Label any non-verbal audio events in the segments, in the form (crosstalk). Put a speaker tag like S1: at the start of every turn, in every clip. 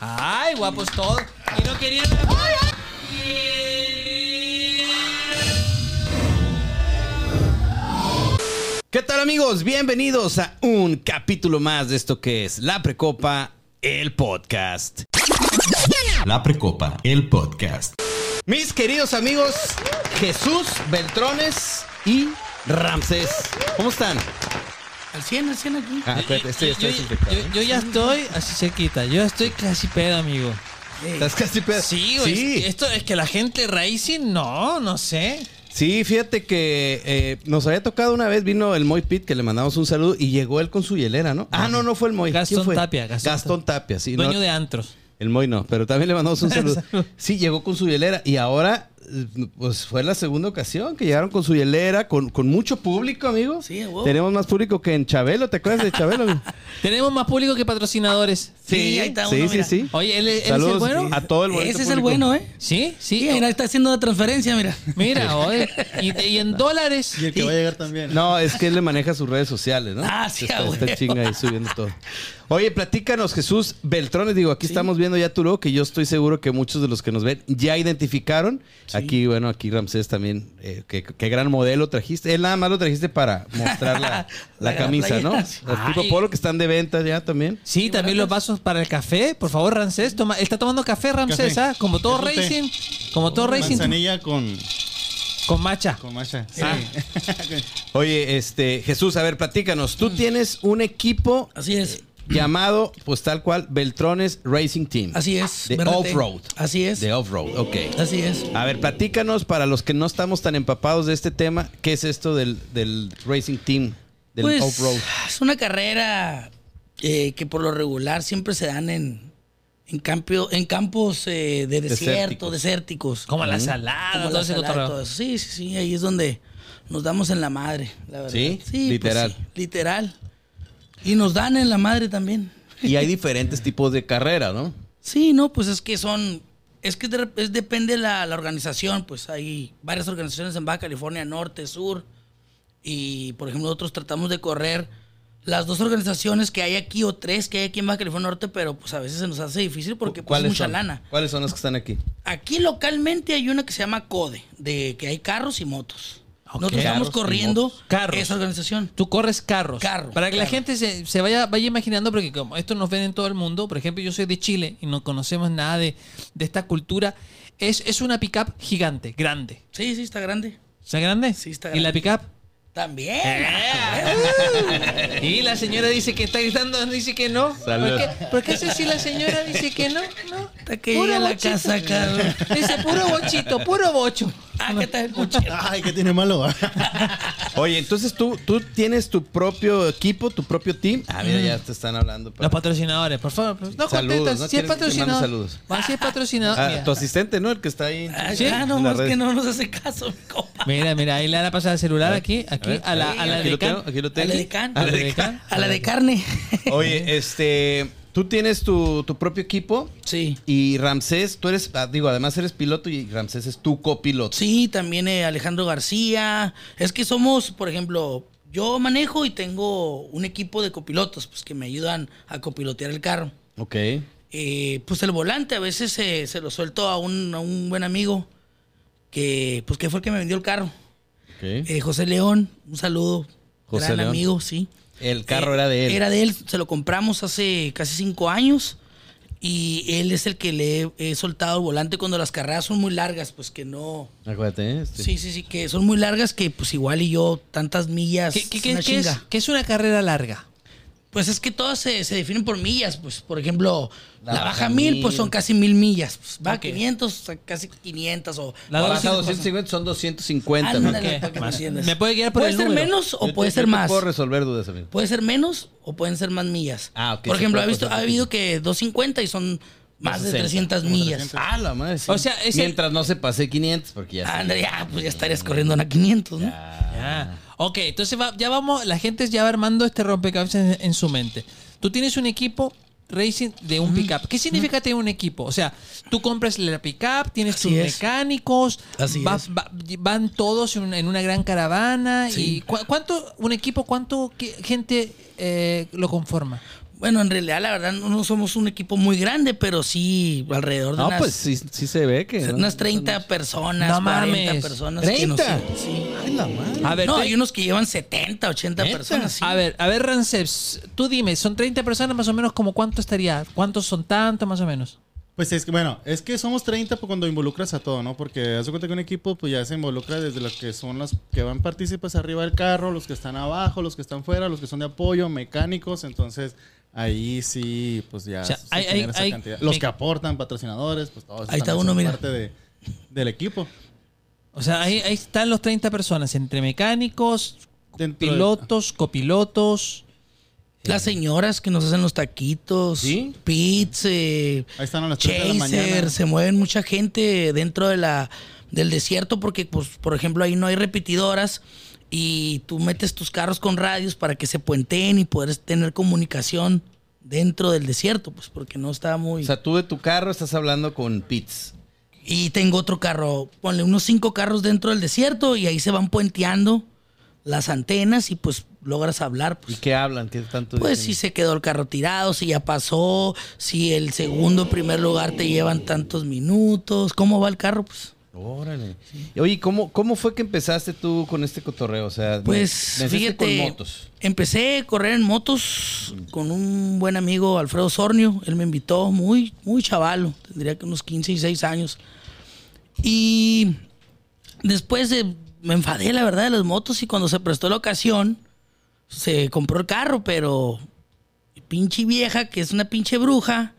S1: Ay, guapos todos. Y no querían...
S2: ¿Qué tal amigos? Bienvenidos a un capítulo más de esto que es La Precopa, el podcast.
S3: La Precopa, el podcast.
S2: Mis queridos amigos, Jesús, Beltrones y Ramsés. ¿Cómo están?
S1: Al 100, al 100 aquí.
S2: Ah, espérate, este ya está
S1: yo,
S2: desinfectado, ¿eh?
S1: yo- yo ya estoy así sequita. Yo ya estoy casi pedo, amigo.
S2: ¿Estás casi pedo?
S1: Sí, güey.
S2: Sí.
S1: es- Esto es que la gente racing, no, no sé.
S2: Sí, fíjate que eh, nos había tocado una vez, vino el Moy Pit, que le mandamos un saludo, y llegó él con su hielera, ¿no? Ah, no, no fue el Moy. ¿Quién
S1: Gastón
S2: fue?
S1: Tapia, Gastón
S2: Gastón Tapia, sí. no-
S1: Dueño de antros.
S2: El Moy no, pero también
S1: (laughs)
S2: le mandamos un saludo. Sí, llegó con su hielera y ahora, eh, pues fue la segunda ocasión que llegaron con su hielera, con, con mucho público, amigo.
S4: Sí, a huevo.
S2: Tenemos más público que en Chabelo, ¿te acuerdas de
S1: (laughs)
S2: Chabelo? amigo?
S1: Tenemos más público que patrocinadores.
S4: Sí, ahí está
S2: sí,
S4: uno,
S2: sí,
S4: mira.
S2: sí.
S1: Oye, ¿él, él es el
S2: Saludos
S1: bueno?
S2: a todo el bonito
S4: Ese es el
S2: público.
S4: bueno, ¿eh?
S1: Sí, sí.
S4: Sí, mira, está haciendo la transferencia, mira.
S1: Mira, oye. Y, y en dólares.
S5: Y el que va a llegar
S2: (laughs)
S5: también.
S2: No, es que él le maneja sus redes sociales, ¿no?
S4: Ah, sí,
S2: está,
S4: a
S2: está
S4: huevo.
S2: chinga ahí subiendo todo. Oye, platícanos, Jesús Beltrones. Digo, aquí estamos viendo ya tu logo, que yo estoy seguro que muchos de los que nos ven ya identificaron. Aquí, bueno, aquí Ramsés también. eh, qué, qué gran modelo trajiste. Él nada más lo trajiste para mostrar
S4: (laughs)
S2: la, la
S4: La
S2: camisa, ¿no?
S4: playera.
S2: El
S1: Ay.
S2: tipo polo que están de venta ya también.
S1: Sí, también los vasos para el café. Por favor, Ramsés, toma. Él está tomando café, Ramsés,
S5: Café.
S1: ¿ah? Como todo
S5: Es un té.
S1: racing. Como todo racing.
S5: Manzanilla con,
S1: Con macha.
S5: con macha. Sí.
S1: Ah.
S2: Oye, este, Jesús, a ver, platícanos.
S4: Mm.
S2: Tú tienes un equipo
S4: Así es.
S2: llamado, pues tal cual, Beltrones Racing Team.
S4: Así es.
S2: De
S4: BRT.
S2: off-road.
S4: Así es.
S2: De off-road, ok.
S4: Así es.
S2: A ver, platícanos para los que no estamos tan empapados de este tema, ¿qué es esto del, del Racing Team, del
S4: Pues,
S2: off-road?
S4: Es una carrera eh, que por lo regular siempre se dan en, en, campio- en campos eh, de desierto,
S2: Desérticos.
S4: desérticos.
S1: Como la
S4: Como
S1: salada,
S4: la
S1: todo ese
S4: salada,
S1: cotorreo.
S4: todo eso. Sí, sí, sí. Ahí es donde nos damos en la madre, la verdad.
S2: ¿Sí?
S4: pues
S2: Literal.
S4: sí, literal. Y nos dan en la madre también.
S2: Y hay diferentes tipos de carrera, ¿no?
S4: Sí, no, pues es que son. Es que de- es- depende la, la organización, pues hay varias organizaciones en Baja California, norte, sur. Y por ejemplo, nosotros tratamos de correr las dos organizaciones que hay aquí o tres que hay aquí en Baja California Norte, pero pues a veces se nos hace difícil porque pues, es mucha
S2: son?
S4: lana.
S2: ¿Cuáles son los que están aquí?
S4: Aquí localmente hay una que se llama CODE, de que hay carros y motos.
S1: Ok.
S4: Nosotros
S2: Carros
S4: estamos
S2: y
S4: corriendo
S2: motos.
S1: Carros.
S4: esa organización.
S1: Tú corres carros.
S4: Carros,
S1: Para que la
S4: carros.
S1: gente se, se vaya, vaya imaginando, porque como esto nos ven en todo el mundo, por ejemplo, yo soy de Chile y no conocemos nada de, de esta cultura. Es, es una pickup gigante, grande.
S4: Sí, sí, está grande.
S1: ¿Está grande?
S4: Sí, está
S1: ¿Y la
S4: grande.
S1: pickup?
S4: (laughs)
S1: (laughs)
S4: También.
S2: Eh.
S1: Y la señora dice que está gritando, dice que no. ¿Por
S2: Salud.
S1: qué, por qué hace si la señora dice que no? No.
S4: Hasta que llegue a la
S1: bochito.
S4: casa, cabrón.
S1: Dice puro bochito, puro bocho.
S4: (laughs) Ah, ¿qué tal el puchero?
S5: Ay, ¿qué tiene malo? ah.
S2: Oye, entonces tú, tú tienes tu propio equipo, tu propio team. Ah, mira, ya te están hablando. para-
S1: Los patrocinadores, por favor. pues, No
S2: Saludos,
S1: contestan.
S2: ¿no?
S1: Si es
S2: ¿Quieres que te mande
S1: patrocinador.
S2: saludos?
S1: Ah, si es patrocinador.
S2: Ah,
S1: mira.
S2: tu asistente, ¿no? El que está ahí.
S4: Ah,
S1: Sí,
S4: ya,
S2: en
S4: no,
S2: la
S4: más
S2: red.
S4: que no nos hace caso, mi compa.
S1: Mira, mira, ahí le van a pasar el celular aquí,
S2: A
S1: aquí,
S2: ver,
S1: a la, a la
S2: aquí lo tengo,
S1: decan.
S2: aquí lo
S4: A
S2: tengo.
S4: la de can.
S1: A la de can.
S4: A la de carne.
S2: Oye, este, tú tienes tu, tu propio equipo
S4: Sí.
S2: y Ramsés, tú eres, ah, digo, además eres piloto y Ramsés es tu copiloto.
S4: Sí, también eh, Alejandro García. Es que somos, por ejemplo, yo manejo y tengo un equipo de copilotos pues, que me ayudan a copilotear el carro.
S2: Ok.
S4: Eh, pues el volante a veces eh, se lo suelto a un, a un buen amigo que, pues, que fue el que me vendió el carro.
S2: okay.
S4: Eh, José León, un saludo.
S2: José
S4: gran
S2: León.
S4: amigo, sí.
S2: El carro era de él.
S4: eh, Era de él, se lo compramos hace casi cinco años y él es el que le he, he soltado el volante cuando las carreras son muy largas, pues que no.
S2: Acuérdate, ¿eh? Este.
S4: Sí, sí, sí, que son muy largas que pues igual y yo tantas millas.
S1: ¿Qué, qué-
S4: es
S1: qué-
S4: una
S1: qué es,
S4: chinga.
S1: qué es una carrera larga?
S4: Pues es que todas se, se definen por millas, pues por ejemplo, la,
S2: La baja
S4: baja mil, pues
S2: mil.
S4: son casi mil millas. Pues, va a
S1: Ok.
S4: 500, a casi 500 o...
S1: La
S2: La
S4: o
S1: baja
S4: así
S2: baja
S4: le
S2: 250 son 250.
S4: Ándale,
S2: amigo.
S1: Ok,
S4: para que me
S1: más.
S4: entiendas.
S1: ¿Me puede guiar por
S4: puede
S1: el
S4: ser
S1: número?
S4: menos o
S2: Yo
S4: puede
S2: te-
S4: ser
S2: yo te
S4: más.
S2: puedo resolver dudas, amigo.
S4: Puede ser menos o pueden ser más millas.
S2: Ah, ok,
S4: Por
S2: se
S4: ejemplo,
S2: puede
S4: ha, visto,
S2: pasar
S4: ha
S2: de
S4: habido que 250 y son más de 300 millas.
S2: Ah, la madre. sí.
S1: O sea, es el-
S2: Mientras no se pase 500, porque ya.
S4: Ah, Andrea, ya, pues ya estarías corriendo a 500, ¿no?
S1: Ya. Ok, entonces va- ya vamos, la gente ya va armando este rompecabezas en, en su mente. Tú tienes un equipo racing de un pickup. ¿Qué significa tener un equipo? O sea, tú compras la pickup, tienes
S4: Así
S1: tus
S4: es.
S1: mecánicos,
S4: Así
S1: va-
S4: es.
S1: va- van todos en una, en una gran caravana.
S4: Sí.
S1: ¿Y cu- cuánto, un equipo, cuánto que- gente eh, lo conforma?
S4: Bueno, en realidad, la verdad, no no somos un equipo muy grande, pero sí alrededor de
S2: No,
S4: unas,
S2: pues sí, sí se ve que. ¿no?
S4: unas 30 personas,
S1: No
S4: 40
S1: mames.
S4: personas.
S2: ¿30?
S4: Que nos, sí.
S1: A ver,
S4: no,
S1: te-
S4: hay unos que llevan 70, 80
S2: ¿Neta? Ah.
S4: personas. sí.
S1: a ver, a ver, Ranceps, tú dime, son 30 personas más o menos, como cuánto estaría? ¿Cuántos son tanto más o menos?
S5: Pues es que, bueno, es que somos 30 pues, cuando involucras a todo, ¿no? Porque haz de cuenta que un equipo pues ya se involucra desde los que son los que van partícipes arriba del carro, los que están abajo, los que están fuera, los que son de apoyo, mecánicos, entonces ahí sí, pues ya
S1: O sea,
S5: se
S1: hay-
S5: genera
S1: hay-
S5: esa
S1: hay-
S5: cantidad. Los
S1: me-
S5: que aportan, patrocinadores, pues todos
S4: Ahí está uno, mira.
S5: parte de- del equipo.
S1: O sea, ahí, ahí están los 30 personas, entre mecánicos,
S5: Dentro de-
S1: pilotos, copilotos.
S4: Las señoras que nos hacen los taquitos,
S2: ¿Sí?
S4: pizza, eh,
S5: Ahí están a las 3 de la mañana.
S4: chaser, se mueven mucha gente dentro de la del desierto porque, pues, por ejemplo, ahí no hay repetidoras y tú metes tus carros con radios para que se puenteen y poder tener comunicación dentro del desierto, pues, porque no está muy...
S2: O sea, tú de tu carro estás hablando con Pitts.
S4: Y tengo otro carro, ponle unos cinco carros dentro del desierto y ahí se van puenteando las antenas y pues logras hablar.
S2: ¿Y
S4: Pues,
S2: qué hablan? ¿Qué tanto
S4: pues si
S2: dicen?
S4: se quedó el carro tirado, si ya pasó, si el segundo primer lugar te llevan tantos minutos, ¿cómo va el carro? Pues,
S2: Órale. Y Oye, ¿cómo, ¿cómo fue que empezaste tú con este cotorreo? O sea,
S4: pues
S2: me- me empezaste
S4: fíjate,
S2: con motos.
S4: empecé a correr en motos con un buen amigo, Alfredo Sornio, él me invitó, muy, muy chavalo, tendría que unos 15 y 6 años. Y después de- me enfadé, la verdad, de las motos y cuando se prestó la ocasión, se compró el carro, pero pinche vieja, que es una pinche bruja,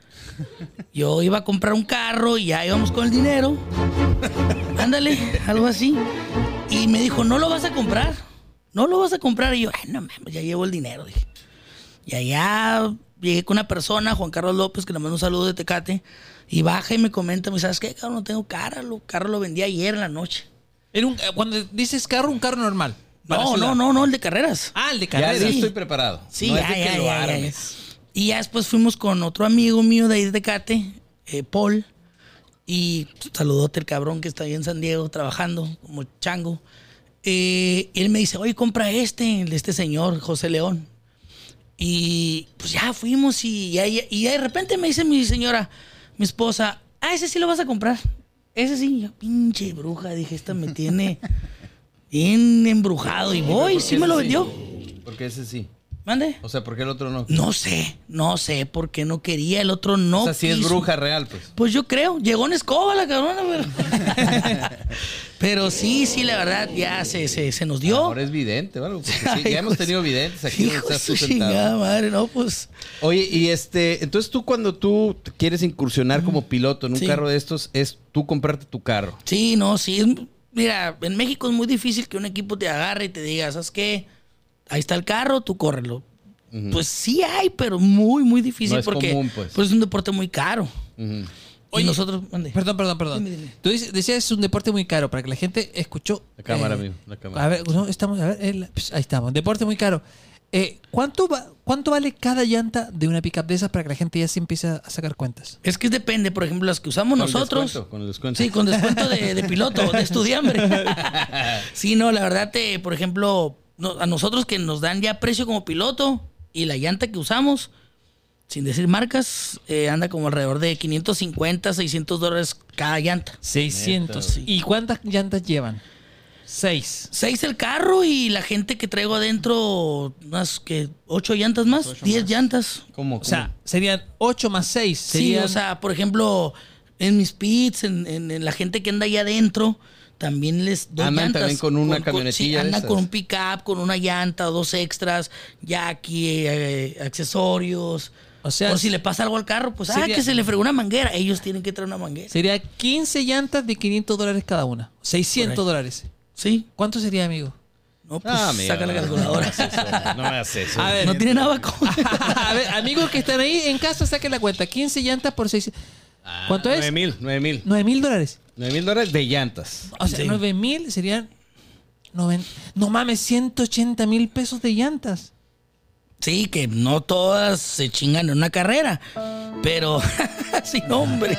S4: yo iba a comprar un carro y ya íbamos con el dinero. Ándale, algo así. Y me dijo, no lo vas a comprar. No lo vas a comprar. Y yo, ay, no mames, ya llevo el dinero. Dije. Y allá llegué con una persona, Juan Carlos López, que le mando un saludo de Tecate. Y baja y me comenta, me dice, ¿sabes qué, cabrón? No tengo carro. Lo carro lo vendí ayer en la noche.
S1: Era un- eh, cuando dices carro, un carro normal. para
S4: No,
S1: ciudad.
S4: no, no, no, el de carreras.
S1: Ah, el de
S2: Ya
S1: carrera.
S2: sí,
S4: sí.
S2: estoy preparado.
S4: Sí,
S2: No es
S4: ya,
S2: de que
S4: ya,
S2: lo
S4: ya, ya,
S2: armes.
S4: ya. Y ya después fuimos con otro amigo mío de ahí de Cate, eh, Paul. Y pues, saludote el cabrón que está ahí en San Diego trabajando como chango. Eh, y él me dice, oye, compra este, el de este señor, José León. Y pues ya fuimos y ya, ya- y ya de repente me dice mi señora, mi esposa, ah, ese sí lo vas a comprar. Ese sí, yo, pinche bruja, dije, esta me
S2: (laughs)
S4: tiene bien embrujado. Y voy, sí me lo vendió.
S2: Porque ese sí.
S4: Mande.
S2: O sea, porque el otro no.
S4: No sé, no sé por qué no quería, el otro
S2: o
S4: no.
S2: sea, sí es
S4: quiso.
S2: bruja real, pues.
S4: Pues yo creo, llegó en escoba la cabrona, pero. (laughs) pero sí, sí, la verdad, ya se, se, se nos dio.
S2: Ahora es vidente, ¿vale? Porque sí,
S4: (laughs) Ay,
S2: ya hemos
S4: pues,
S2: tenido videntes aquí donde
S4: Hijo de
S2: estás
S4: su
S2: tú sentado.
S4: chingada madre, no, pues.
S2: Oye, y este, entonces tú cuando tú te quieres incursionar como piloto en un
S4: Sí.
S2: carro de estos, es tú comprarte tu carro.
S4: Sí, no, sí. es- Mira, en México es muy difícil que un equipo te agarre y te diga, ¿sabes qué? Ahí está el carro, tú córrelo. Pues sí hay, pero muy, muy difícil
S2: No es
S4: porque
S2: común, pues.
S4: es un deporte muy caro.
S2: Ujú.
S1: Oye,
S4: y nosotros, mande.
S1: Perdón, perdón, perdón.
S4: Dime, dime.
S1: Tú dices, decías es un deporte muy caro para que la gente escuchó.
S2: La cámara,
S1: eh,
S2: amigo, la cámara.
S1: A ver, no, estamos, a ver, el- pues, ahí estamos. Deporte muy caro. Eh, ¿cuánto, va- ¿Cuánto vale cada llanta de una pickup de esas para que la gente ya se empiece a sacar cuentas?
S4: Es que depende, por ejemplo, las que usamos
S2: Con el
S4: nosotros.
S2: descuento, con el descuento.
S4: Sí, con descuento de, de piloto, de estudiante. (laughs) sí, no, la verdad, te, por ejemplo, no- a nosotros que nos dan ya precio como piloto y la llanta que usamos, sin decir marcas, eh, anda como alrededor de 550, 600 dólares cada llanta.
S1: 600. ¿Y cuántas llantas llevan? Seis.
S4: Seis el carro y la gente que traigo adentro, unas que ocho llantas más, diez llantas.
S2: ¿Cómo?
S1: O sea, serían 8 más 6.
S4: Sí,
S1: Serían,
S4: o sea, por ejemplo, en mis pits, en, en- en la gente que anda ahí adentro, también les doy
S2: Andan
S4: llantas.
S2: también con una camionetilla
S4: sí,
S2: de
S4: andan
S2: esas.
S4: con un pickup, con una llanta, dos extras, jackie, eh, accesorios.
S1: O
S4: O
S1: sea,
S4: sea, si le pasa algo al carro, pues ah,
S1: sería-
S4: que se le fregó una manguera. Ellos tienen que traer una manguera. Sí.
S1: sería 15 llantas de 500 dólares cada una. 600
S4: Correcto.
S1: dólares. ¿Cuánto sería, amigo? (laughs)
S4: No, pues
S2: Ah, amigo,
S4: saca la
S2: no,
S4: calculadora.
S2: (laughs) No, hagas eso, no hagas
S4: (laughs)
S2: eso.
S1: A ver,
S4: No tiene nada con.
S1: a ver, amigos que están ahí en casa, saquen la cuenta. 15 llantas por 6. ¿Cuánto es?
S2: 9 mil, 9 mil.
S1: 9 mil dólares.
S2: 9 mil dólares de llantas.
S1: O sea,
S4: Sí.
S1: 9 mil serían. noven- No mames, 180 mil pesos de llantas.
S4: Sí, que no (laughs) todas se chingan en una carrera, pero sin nombre.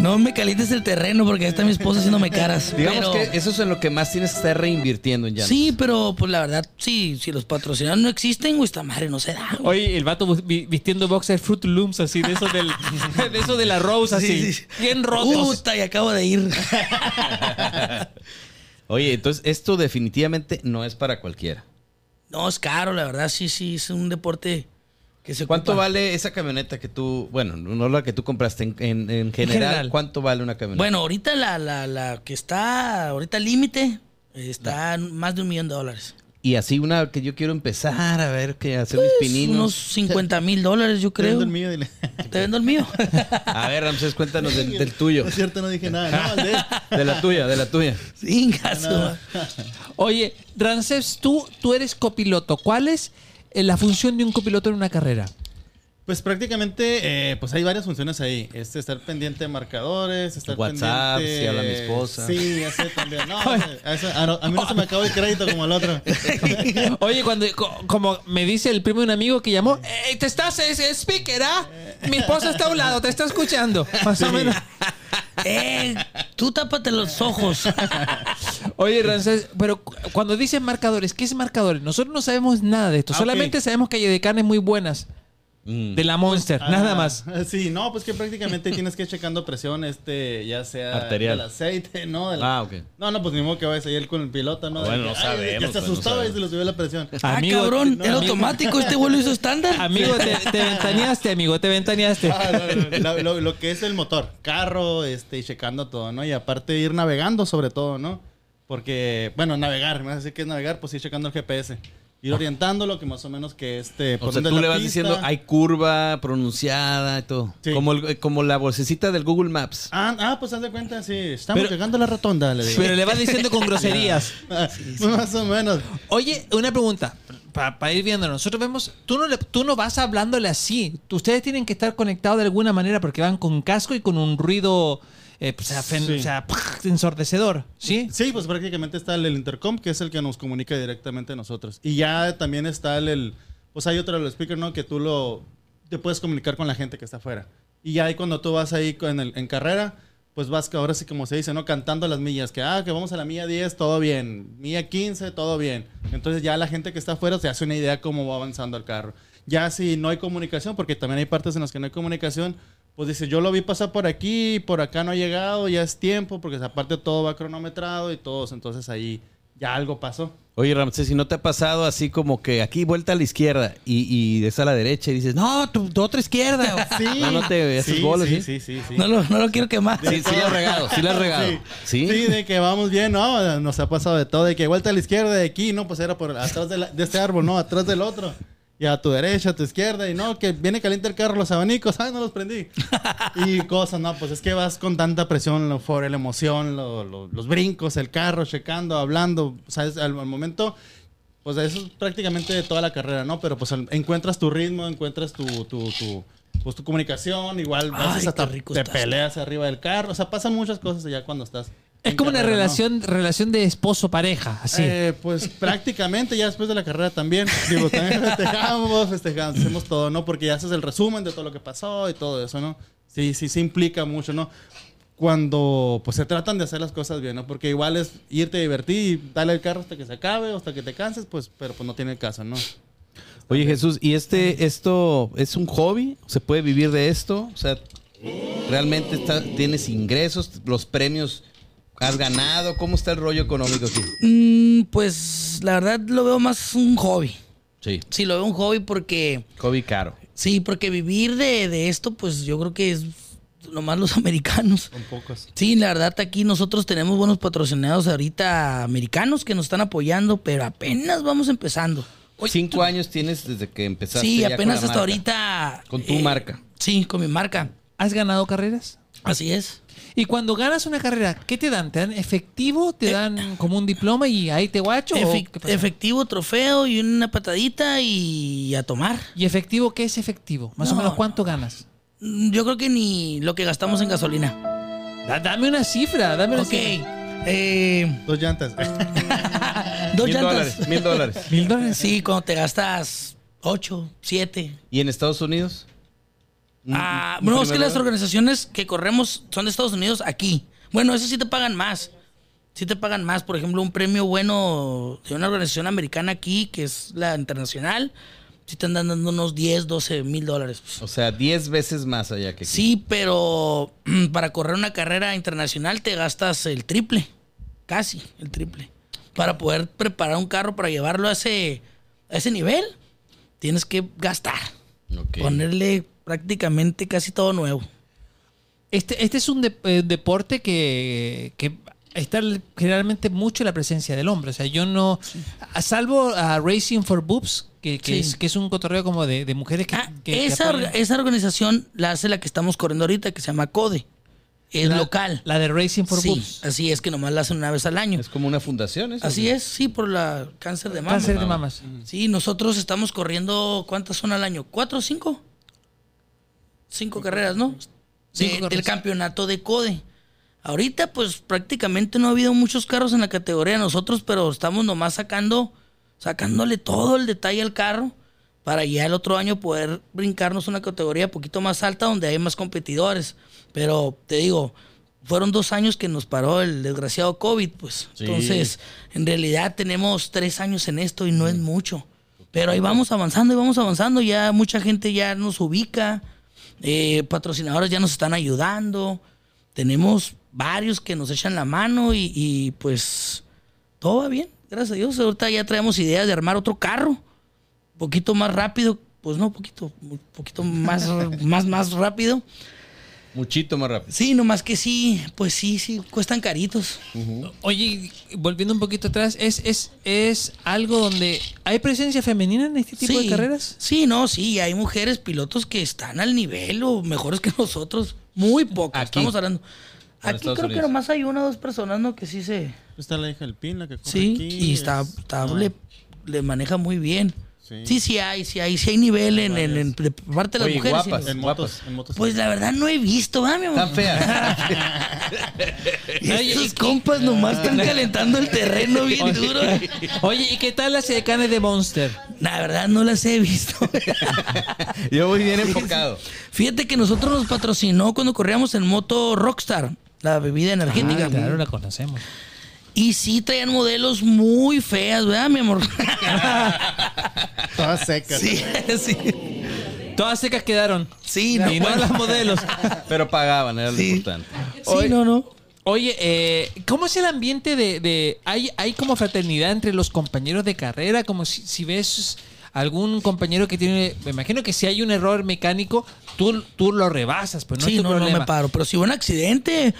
S4: No me calientes el terreno porque ahí está mi esposa haciéndome caras.
S2: Digamos
S4: pero-
S2: que eso es en lo que más tienes que estar reinvirtiendo en llantas.
S4: Sí, pero pues la verdad, sí, si los patrocinadores no existen, güey, esta madre no se da, güey.
S1: Oye, el vato vi- vistiendo boxer Fruit Looms, así, de eso, del, (laughs) de, eso de la Rose, así.
S4: Sí, sí.
S1: Bien rotos.
S4: Puta, y acabo de ir.
S2: Oye, entonces esto definitivamente no es para cualquiera.
S4: (laughs) No, es caro, la verdad, sí, sí, es un deporte que se
S2: ¿Cuánto
S4: ocupa.
S2: vale esa camioneta que tú, bueno, no la que tú compraste, en, en- en general,
S1: general.
S2: ¿cuánto vale una camioneta?
S4: Bueno, ahorita la, la, la que está, ahorita límite, eh, está en más de un millón de dólares.
S2: Y así una que yo quiero empezar a ver, que hacer mis
S5: Pues,
S2: pininos.
S4: Unos 50 mil dólares, yo
S5: Te
S4: creo.
S5: vendo el mío, dile.
S4: Te vendo el (laughs) mío.
S2: A ver, Ramsés, cuéntanos del,
S5: (laughs)
S2: del tuyo.
S5: No es cierto, no dije nada. Nada más de él.
S1: (laughs)
S2: De la tuya, de la tuya.
S4: Sí, en caso.
S1: Oye, Ranceps, tú, tú eres copiloto. ¿Cuál es eh, la función de un copiloto en una
S5: (laughs)
S1: carrera?
S5: Pues prácticamente, eh, pues hay varias funciones ahí. Este, estar pendiente de marcadores, estar
S2: WhatsApp,
S5: pendiente...
S2: si habla mi esposa.
S5: Sí, ya sé
S2: (laughs)
S5: también. No, a, eso- a no- a mí no se me acaba el crédito como al otro.
S1: Oye, cuando co- como me dice el primo de un amigo que llamó, "Ey, te estás es, es speaker, ¿ah? Mi esposa está a un lado, te está escuchando. Más o menos.
S4: Eh, tú tápate los ojos.
S1: Oye, Ramsés, pero cu- cuando dicen marcadores, ¿qué es marcadores? Nosotros no sabemos nada de esto.
S5: Ah, ok.
S1: Solamente sabemos que hay de carnes muy buenas.
S2: Mm.
S1: De la Monster, nada
S5: Ah,
S1: más.
S5: Sí, no, pues que prácticamente tienes que ir checando presión, este, ya sea
S2: Arterial.
S5: del aceite, ¿no? De la-
S2: Ah, ok.
S5: No, no, pues ni modo que vayas ahí con el piloto, ¿no?
S2: Bueno, no
S5: Ay,
S2: sabemos,
S5: Que
S2: pues,
S5: se
S2: no
S5: asustaba y
S2: sabemos.
S5: se le subió la presión.
S4: Ah,
S1: Amigo,
S4: cabrón,
S1: no,
S4: era
S1: amigo.
S4: automático, este vuelo hizo estándar.
S1: Amigo, te, te ventaneaste, amigo, te ventaneaste.
S5: Ah, no, no, no, lo, lo- lo que es el motor, carro, este, y checando todo, ¿no? Y aparte ir navegando sobre todo, ¿no? Porque, bueno, navegar, me vas a decir que es navegar, pues ir checando el GPS. Ir orientándolo, que más o menos que este...
S2: O
S5: por
S2: sea,
S5: dónde
S2: tú
S5: es
S2: le
S5: la
S2: vas
S5: pista.
S2: diciendo, hay curva pronunciada y todo.
S5: Sí.
S2: Como, el- como la bolsecita del Google Maps.
S5: Ah, ah, pues haz de cuenta, sí, estamos
S1: Pero-
S5: llegando a la rotonda, le digo.
S1: Pero le vas diciendo con groserías.
S5: (laughs) Ah, Más o menos.
S1: Oye, una pregunta. Para ir viendo, nosotros vemos, tú no, le- tú no vas hablándole así. Tú- Ustedes tienen que estar conectados de alguna manera porque van con casco y con un ruido eh, o sea, fen-
S5: Sí.
S1: o sea, ¡pac! ensordecedor. ¿Sí?
S5: Sí, pues prácticamente está el, el intercom, que es el que nos comunica directamente a nosotros. Y ya también está el, el- pues hay otro el speaker, ¿no? Que tú lo, te puedes comunicar con la gente que está afuera. Y ya ahí cuando tú vas ahí con el- en carrera, pues vas que ahora sí como se dice, ¿no? Cantando las millas, que ah, que vamos a la milla 10, todo bien. Milla 15, todo bien. Entonces ya la gente que está afuera se hace una idea cómo va avanzando el carro. Ya si no hay comunicación, porque también hay partes en las que no hay comunicación, pues dice, yo lo vi pasar por aquí, por acá no ha llegado, ya es tiempo, porque aparte todo va cronometrado y todos, entonces ahí ya algo
S2: (laughs)
S5: pasó.
S2: Oye, Ramsés, si no te ha pasado así como que aquí vuelta a la izquierda y, y es a la derecha y dices, no, tu, tu otra izquierda. No, Ah, no te haces bolas, ¿eh? ¿sí?
S5: sí, sí, sí, sí.
S4: No lo, no lo quiero quemar.
S2: Sí, sí la has regado, sí la has regado.
S5: Sí,
S2: Sí.
S5: sí, de que vamos bien, no, nos ha pasado de todo, de que vuelta a la izquierda de aquí, no, pues era por atrás de, la- de este árbol, no, atrás del otro. Y a tu derecha, a tu izquierda, y no, que viene caliente el carro, los abanicos, ay, no los prendí. Y cosas, no, pues es que vas con tanta presión, lo euforia, la emoción, lo- lo- los brincos, el carro, checando, hablando, ¿sabes? Al, al momento, pues eso es prácticamente de toda la carrera, ¿no? Pero pues al- encuentras tu ritmo, encuentras tu, tu, tu, pues, tu comunicación, igual vas
S4: Ay,
S5: hasta
S4: qué rico
S5: te
S4: estás.
S5: peleas arriba del carro, o sea, pasan muchas cosas ya cuando estás.
S1: Es
S5: en
S1: como una
S5: carrera, ¿no?
S1: relación, relación de esposo-pareja, así.
S5: Eh,
S4: (laughs)
S5: pues prácticamente ya después de la carrera también. Digo, también festejamos, festejamos, hacemos todo, ¿no? Porque ya haces el resumen de todo lo que pasó y todo eso, ¿no? Sí, sí, sí implica mucho, ¿no? Cuando pues se tratan de hacer las cosas bien, ¿no? Porque igual es irte a divertir y dale el carro hasta que se acabe o hasta que te canses, pues, pero pues no tiene caso, ¿no?
S2: Oye, Jesús, ¿y este, esto es un hobby? ¿Se puede vivir de esto? O sea, ¿realmente está- tienes ingresos? ¿Los premios has ganado? ¿Cómo está el rollo económico aquí?
S4: Mm, pues la verdad lo veo más un hobby.
S2: Sí.
S4: Sí, lo veo un hobby porque.
S2: Hobby caro.
S4: Sí, porque vivir de, de esto, pues yo creo que es nomás los (laughs) americanos.
S5: Con pocos.
S4: Sí, la verdad, aquí nosotros tenemos buenos patrocinados ahorita americanos que nos están apoyando, pero apenas vamos empezando.
S2: Cinco años tienes desde que empezaste.
S4: Sí,
S2: ya con
S4: apenas
S2: la
S4: hasta
S2: marca.
S4: ahorita. eh,
S2: Con tu marca.
S4: Sí, con mi marca.
S1: ¿Has ganado carreras?
S4: Así es.
S1: Y cuando ganas una carrera, ¿qué te dan? ¿Te dan efectivo?
S4: Eh.
S1: ¿Te dan como un diploma y ahí te guacho? o
S4: Efec-
S1: qué pasa?
S4: efectivo, trofeo y una patadita y a tomar.
S1: ¿Y efectivo qué es efectivo? Más o
S4: No,
S1: menos, ¿cuánto ganas?
S4: Mm, Yo creo que ni lo que gastamos en gasolina.
S1: Da- dame una cifra, dame una
S4: Ok.
S1: cifra.
S4: eh,
S5: Dos llantas.
S4: dos
S2: Mil
S4: llantas.
S2: dólares, mil dólares.
S1: ¿Mil dólares?
S4: Sí, cuando te gastas ocho, siete.
S2: ¿Y en Estados Unidos?
S4: Ah, no, es que las organizaciones que corremos son de Estados Unidos aquí. Bueno, esas sí te pagan más. Sí te pagan más. Por ejemplo, un premio bueno de una organización americana aquí, que es la internacional, sí te andan dando unos 10, 12 mil dólares. pues.
S2: O sea, 10 veces más allá que aquí.
S4: Sí, pero (clears throat) mm, para correr una carrera internacional te gastas el triple, casi el triple. Para poder preparar un carro para llevarlo a ese, a ese nivel, tienes que gastar.
S2: Ok.
S4: Ponerle prácticamente casi todo nuevo.
S1: Este, este es un dep- eh, deporte que, que está l- generalmente mucho la presencia del hombre. O sea, yo no. A salvo a Racing for Boobs, que, que
S4: Sí.
S1: es, que es un cotorreo como de, de mujeres que.
S4: Ah,
S1: que- que
S4: esa,
S1: apoyan.
S4: orga- esa organización la hace la que estamos corriendo ahorita, que se llama CODE. Es
S1: La-
S4: local.
S1: La de Racing for
S4: sí,
S1: Boobs.
S4: así es que nomás la hacen una vez al año.
S2: Es como una fundación, ¿eso?
S4: Así es, sí, por la cáncer de mama.
S1: Cáncer de mamas.
S4: Sí, nosotros estamos corriendo, ¿cuántas son al año? ¿Cuatro o cinco? Cinco carreras, ¿no? De-
S1: Cinco carreras.
S4: Del campeonato de CODE. Ahorita, pues prácticamente no ha habido muchos carros en la categoría de nosotros, pero estamos nomás sacando, sacándole todo el detalle al carro para ya el otro año poder brincarnos una categoría poquito más alta donde hay más competidores. Pero te digo, fueron dos años que nos paró el desgraciado COVID, pues. Entonces, en realidad tenemos tres años en esto y no
S1: Mm.
S4: es mucho. Pero ahí vamos avanzando y vamos avanzando. Ya mucha gente ya nos ubica. eh, patrocinadores ya nos están ayudando. Tenemos varios que nos echan la mano y, y, pues todo va bien. Gracias a Dios. Ahorita ya traemos ideas de armar otro carro. Poquito más rápido. Pues no, poquito, un
S1: (laughs)
S4: poquito más, más, más rápido.
S2: Muchito más rápido.
S4: Sí, nomás que sí, pues sí, sí, cuestan caritos.
S1: Oye, volviendo un poquito atrás, ¿es, es, ¿es algo donde hay presencia femenina en este tipo
S4: Sí.
S1: de carreras?
S4: Sí, no, sí, hay mujeres pilotos que están al nivel o mejores que nosotros. Muy pocas,
S2: Aquí.
S4: estamos hablando. Aquí creo
S2: Estados
S4: que
S2: Unidos.
S4: nomás hay una o dos personas, ¿no? Que sí se...
S5: Está la hija del pin, la que corre
S4: Sí,
S5: aquí,
S4: y está,
S5: es-
S4: está-
S5: no.
S4: le, le maneja muy bien.
S5: Sí.
S4: Sí, sí, hay, sí hay, sí hay nivel en, en- en- de parte de las
S2: Oye,
S4: mujeres.
S2: guapas.
S4: sí.
S5: En motos, en motos.
S4: Pues la verdad no he visto, ¿va, mi amor?
S2: Tan fea.
S4: (laughs)
S2: (laughs)
S4: Estos compas nomás están calentando el terreno bien duro.
S1: Oye, ¿y qué tal las decanes de Monster?
S4: La verdad no las he visto.
S2: Yo voy bien enfocado.
S4: Fíjate que nosotros nos patrocinó cuando corríamos en moto Rockstar, la bebida energética.
S1: Ah, claro, la conocemos.
S4: Y sí traían modelos muy feas, ¿verdad, mi amor?
S5: Todas secas.
S4: sí, (laughs) sí.
S1: Todas secas quedaron.
S4: Sí,
S1: Y
S4: no,
S1: no,
S4: bueno.
S1: las modelos.
S2: Pero pagaban, era lo
S4: Sí.
S2: importante.
S4: Sí, no, no.
S1: Oye, eh, ¿cómo es el ambiente de... de- hay, ¿Hay como fraternidad entre los compañeros de carrera? Como si, si ves algún compañero que tiene... Me imagino que si hay un error mecánico, tú, tú lo rebasas, pues no
S4: sí,
S1: es tu
S4: no, no
S1: problema.
S4: me paro. Pero si hubo un accidente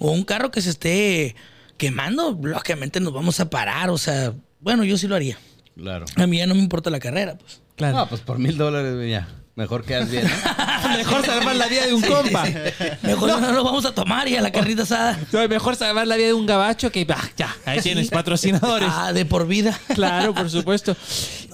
S4: o un carro que se esté quemando, lógicamente nos vamos a parar. O sea, bueno, yo sí lo haría.
S2: Claro.
S4: A mí ya no me importa la carrera, pues.
S2: (laughs)
S1: Claro.
S2: No, pues por mil dólares, güey, ya. Mejor quedas bien. ¿no?
S1: Ah, Mejor salvar la vida de un
S4: (laughs)
S1: compa.
S4: Mejor no, lo vamos a tomar y a la carnita asada.
S1: No, mejor salvar la vida de un gabacho que... bah, ya, ahí tienes patrocinadores.
S4: Ah, de por vida.
S1: Claro, por supuesto.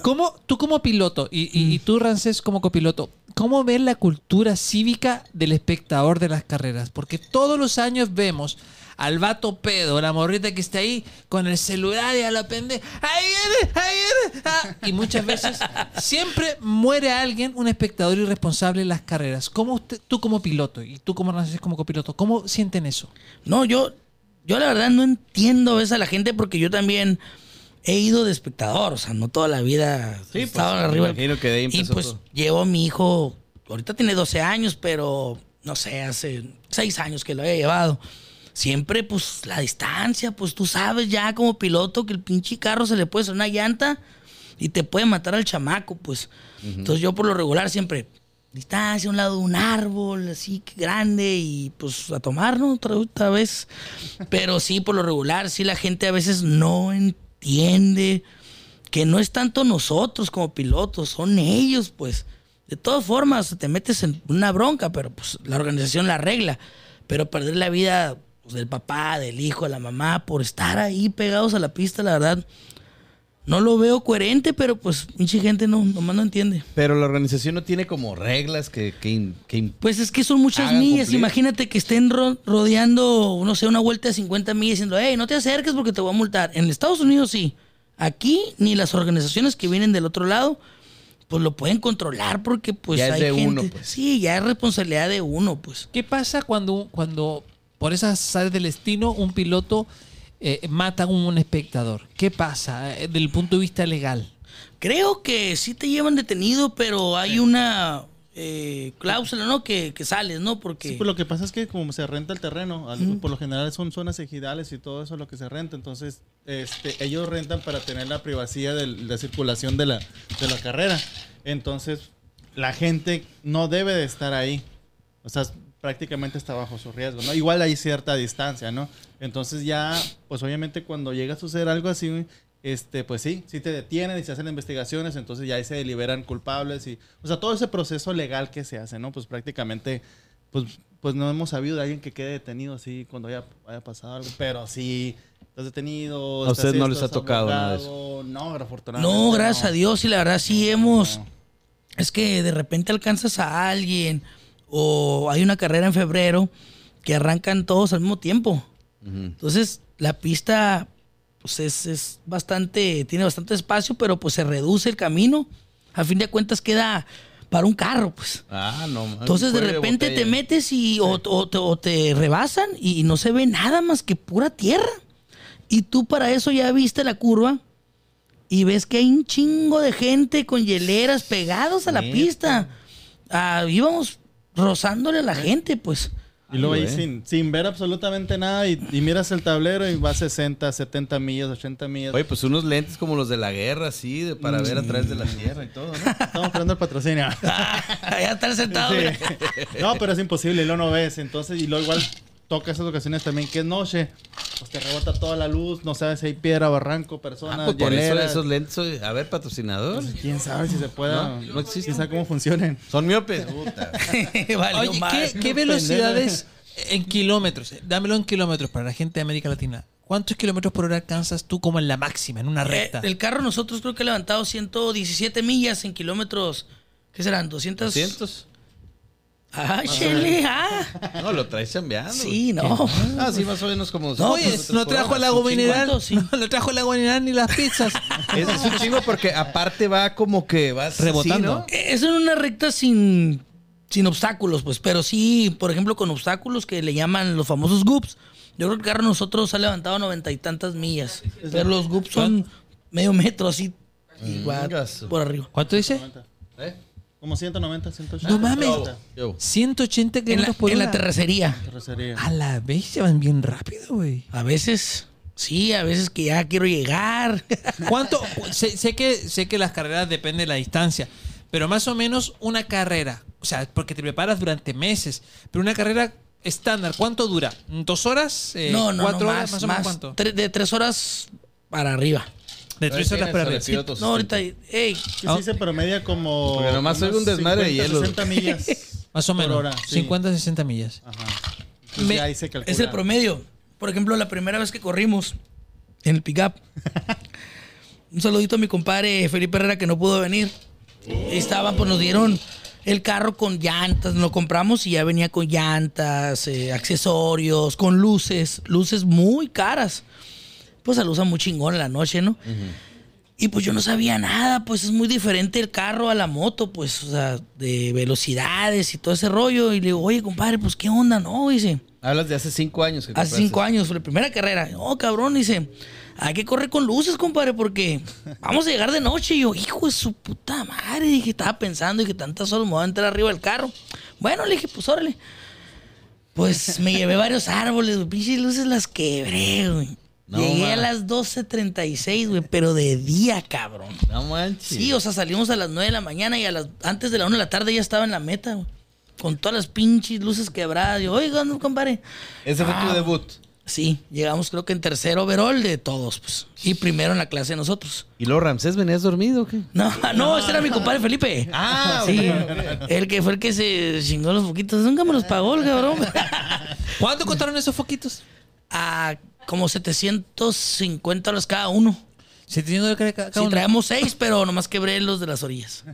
S1: ¿Cómo, tú como piloto y, y- y tú, Rancés, como copiloto, ¿cómo ves la cultura cívica del espectador de las carreras? Porque todos los años vemos al vato pedo, la morrita que está ahí con el celular y a la pende, ¡ahí viene! ¡ahí viene! Ah", Y muchas veces siempre muere alguien, un espectador irresponsable en las carreras. ¿Cómo usted, tú como piloto y tú como Rancés como copiloto, cómo sienten eso?
S4: No, yo, yo la verdad no entiendo a veces a la gente porque yo también he ido de espectador, o sea, no toda la vida
S2: Sí,
S4: he
S2: pues,
S4: estado
S2: me
S4: arriba.
S2: imagino que de ahí
S4: y
S2: empezó
S4: pues
S2: todo.
S4: llevo a mi hijo, ahorita tiene 12 años, pero no sé, hace 6 años que lo he llevado. Siempre, pues, la distancia, pues tú sabes ya como piloto que el pinche carro se le puede hacer una llanta y te puede matar al chamaco, pues. Entonces yo por lo regular siempre distancia, a un lado de un árbol, así que grande y pues a tomar, ¿no? Otra, otra vez. Pero sí, por lo regular, sí la gente a veces no entiende que no es tanto nosotros como pilotos, son ellos, pues. De todas formas, te metes en una bronca, pero pues la organización la arregla. Pero perder la vida pues, del papá, del hijo, de la mamá, por estar ahí pegados a la pista, la verdad, no lo veo coherente, pero pues mucha gente no, nomás no entiende.
S2: (laughs) Pero la organización no tiene como reglas que, que, im- que im-
S4: Pues es que son muchas
S2: Hagan
S4: millas.
S2: cumplir.
S4: Imagínate que estén ro- rodeando, no sé, una vuelta de 50 millas diciendo, hey, no te acerques porque te voy a multar. En Estados Unidos sí. Aquí ni las organizaciones que vienen del otro lado pues lo pueden controlar porque pues
S2: Ya es
S4: hay
S2: de
S4: gente-
S2: uno, pues.
S4: Sí, ya es responsabilidad de uno, pues.
S1: ¿Qué pasa cuando, cuando por esas sales del destino un piloto eh, mata a un espectador? ¿Qué pasa eh, desde el punto de vista legal?
S4: Creo que sí te llevan detenido, pero hay una eh, cláusula, ¿no? Que, que sales, ¿no? Porque
S5: Sí, pues lo que pasa es que como se renta el terreno, al- por lo general son zonas ejidales y todo eso lo que se renta, entonces este, ellos rentan para tener la privacidad de la circulación de la, de la carrera. Entonces la gente no debe de estar ahí. O sea, prácticamente está bajo su riesgo, ¿no? Igual hay cierta distancia, ¿no? Entonces ya, pues obviamente cuando llega a suceder algo así, este, pues sí, sí te detienen y se hacen investigaciones, entonces ya ahí se liberan culpables y, o sea, todo ese proceso legal que se hace, ¿no? Pues prácticamente, pues, pues no hemos sabido de alguien que quede detenido así cuando haya, haya pasado algo, pero sí, estás detenido.
S2: A
S5: estás
S2: ustedes no
S5: esto,
S2: les ha
S5: estás
S2: tocado nada de
S5: abogado, No, afortunadamente.
S4: no, gracias
S5: no.
S4: a Dios, y la verdad sí hemos... Es que de repente alcanzas a alguien o hay una carrera en febrero que arrancan todos al mismo tiempo. Entonces, la pista pues es, es bastante, tiene bastante espacio, pero pues se reduce el camino. A fin de cuentas queda para un carro, pues.
S2: Ah, no. man.
S4: Entonces de
S2: Cuello
S4: repente
S2: botella.
S4: te metes y o, o te, o te rebasan y no se ve nada más que pura tierra. Y tú para eso ya viste la curva y ves que hay un chingo de gente con hieleras pegados a la pista. Ah, íbamos rozándole a la gente, pues. (laughs)
S5: Y luego
S2: Ay,
S5: ahí
S2: güey.
S5: sin, sin ver absolutamente nada y, y miras el tablero y va 60, 70 millas, 80 millas.
S2: Oye, pues unos lentes como los de la guerra, así, de- para ver a través de la tierra y todo, ¿no?
S5: Estamos esperando
S2: (laughs)
S5: el patrocinio.
S4: Allá estar sentado.
S5: Sí.
S2: Ah,
S4: mira.
S5: No, pero es imposible, y luego no ves. Entonces, y luego igual toca esas ocasiones también que es noche. Pues te rebota toda la luz, no sabes si hay piedra, barranco,
S2: Ah,
S5: personas,
S2: pues por eso
S5: hieleras. Pues,
S2: esos lentes. oye, A ver, patrocinador.
S5: Quién sabe si se pueda.
S2: No, no existe.
S5: Quién sabe cómo funcionen.
S2: Son miopes. Puta.
S4: Valió
S1: Oye,
S4: madre.
S1: ¿qué, qué
S4: (laughs)
S1: velocidades en kilómetros? Eh, Dámelo en kilómetros para la gente de América Latina. ¿Cuántos kilómetros por hora alcanzas tú como en la máxima, en una
S4: Eh,
S1: recta?
S4: el carro nosotros creo que ha levantado 117 millas en kilómetros. ¿Qué serán? 200.
S2: ¿Cientos?
S4: Ah, chele, ah.
S2: No, lo traes chambeando. güey.
S4: Sí, no.
S2: Ah, sí, más o menos como.
S1: no,
S2: Oye,
S1: pues, no trajo el agua
S4: sí,
S1: mineral,
S4: ¿cuánto? Sí.
S1: no, (laughs) no trajo el agua mineral ni las pizzas.
S2: Es, es un chingo porque aparte va como que vas
S1: Rebotando.
S2: así,
S4: Es en una recta sin, sin obstáculos, pues. Pero sí, por ejemplo, con obstáculos que le llaman los famosos goops. Yo creo que el carro nosotros ha levantado noventa y tantas millas. Pero los goops son medio metro así.
S1: Ah,
S4: y va
S2: Venga, su-
S4: por arriba.
S1: ¿Cuánto dice?
S2: ¿no? ¿Eh?
S5: Como 190, 180.
S1: No mames.
S2: Yo.
S1: 180
S4: En la,
S1: kilómetros por
S4: en la
S1: hora.
S4: terracería.
S5: Terracería.
S2: Ah,
S1: A la vez se van bien rápido, güey.
S4: A veces, sí, a veces que ya quiero llegar. (laughs)
S1: Eh, ¿Cuánto? Sé, sé que, sé que las carreras dependen de la distancia, pero más o menos una carrera, o sea, porque te preparas durante meses, pero una carrera estándar, ¿cuánto dura? ¿Dos horas? Eh,
S4: no, no,
S1: ¿Cuatro
S4: no,
S1: horas? ¿Más, o menos cuánto?
S4: Tres- de tres horas para arriba.
S1: De tres horas para arriba.
S2: pido
S4: No, ahorita, hey,
S5: Que sí se promedia como.
S2: Porque nomás
S5: unas
S2: oigo un desmadre de
S5: 50,
S2: hielo. (laughs)
S5: 60 millas.
S1: Más o
S5: por
S1: menos.
S5: hora, sí. Ah.
S1: 50, 60 millas.
S5: Ajá. Entonces,
S1: Me-
S5: Pues ya ahí se calcula.
S4: Es el promedio. Por ejemplo, la primera vez que corrimos en el pickup. un saludito a mi compadre Felipe Herrera que no pudo venir. Estaba, pues nos dieron el carro con llantas, lo compramos y ya venía con llantas, eh, accesorios, con luces, luces muy caras. Pues se usa muy chingón en la noche, ¿no? Y pues yo no sabía nada, pues es muy diferente el carro a la moto, pues, o sea, de velocidades y todo ese rollo. Y le digo, oye, compadre, pues qué onda, ¿no? Dice,
S2: Hablas de hace cinco años. Que
S4: Hace
S2: compraste.
S4: cinco años, fue la primera carrera. Oh, cabrón, dice, hay que correr con luces, compadre, porque vamos a llegar de noche. Y yo, hijo de su puta madre, dije, estaba pensando y que tantas horas me voy a entrar arriba del carro. Bueno, le dije, pues órale. Pues me llevé varios árboles, güey, pinches luces las quebré, güey.
S2: No,
S4: Llegué a
S2: ma.
S4: las 12.36, güey, pero de día, cabrón.
S2: No manches.
S4: Sí, o sea, salimos a las 9 de la mañana y a las, antes de la 1 de la tarde ya estaba en la meta, güey. Con todas las pinches luces quebradas. Yo, oiga, no, compadre.
S2: Ese fue tu debut.
S4: Sí, llegamos creo que en tercer overall de todos, pues. Y primero en la clase de nosotros.
S2: ¿Y luego Ramsés venías dormido o qué?
S4: No, (laughs) no, ese era mi compadre Felipe.
S2: Ah,
S4: sí.
S2: ok,
S4: El que fue el que se chingó los foquitos. Nunca me los pagó el cabrón.
S1: ¿Cuánto costaron esos foquitos?
S4: A como 750 dólares cada uno.
S1: ¿Se de cada, cada
S4: Sí,
S1: uno?
S4: traemos seis, pero nomás quebré los de las orillas.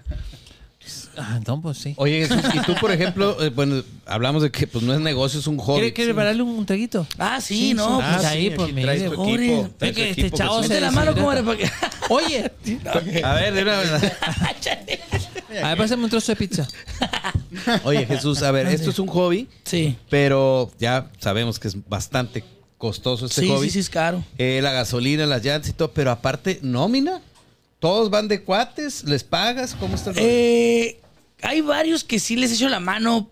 S1: Ah, entonces, pues, sí.
S2: Oye, Jesús, y tú, por ejemplo, eh, bueno, hablamos de que pues no es negocio, es un hobby.
S1: ¿Quieres quiere prepararle un, un traguito?
S4: Ah, sí, no.
S1: Ah,
S4: pues,
S1: sí, ahí, pues,
S2: aquí traes
S1: mire,
S2: tu
S1: pobre.
S2: equipo,
S1: Ve
S2: traes tu
S1: que este
S2: equipo, pues,
S1: chavo
S2: (laughs) Jesús.
S1: se
S4: Ponte la mano,
S5: (laughs)
S1: deshidrata.
S4: comadre, para que.
S1: Oye,
S2: A ver, de una vez.
S4: Chale.
S1: A ver, pásame un trozo de pizza.
S2: Oye, Jesús, a ver, esto es un hobby,
S4: (laughs) Sí.
S2: pero ya sabemos que es bastante costoso este
S4: sí,
S2: hobby.
S4: sí, sí, es caro.
S2: Eh, la gasolina, las llantas y todo, pero aparte, nómina. Todos van de cuates, les pagas, ¿cómo está el rollo?
S4: Eh, hay varios que sí les echo la mano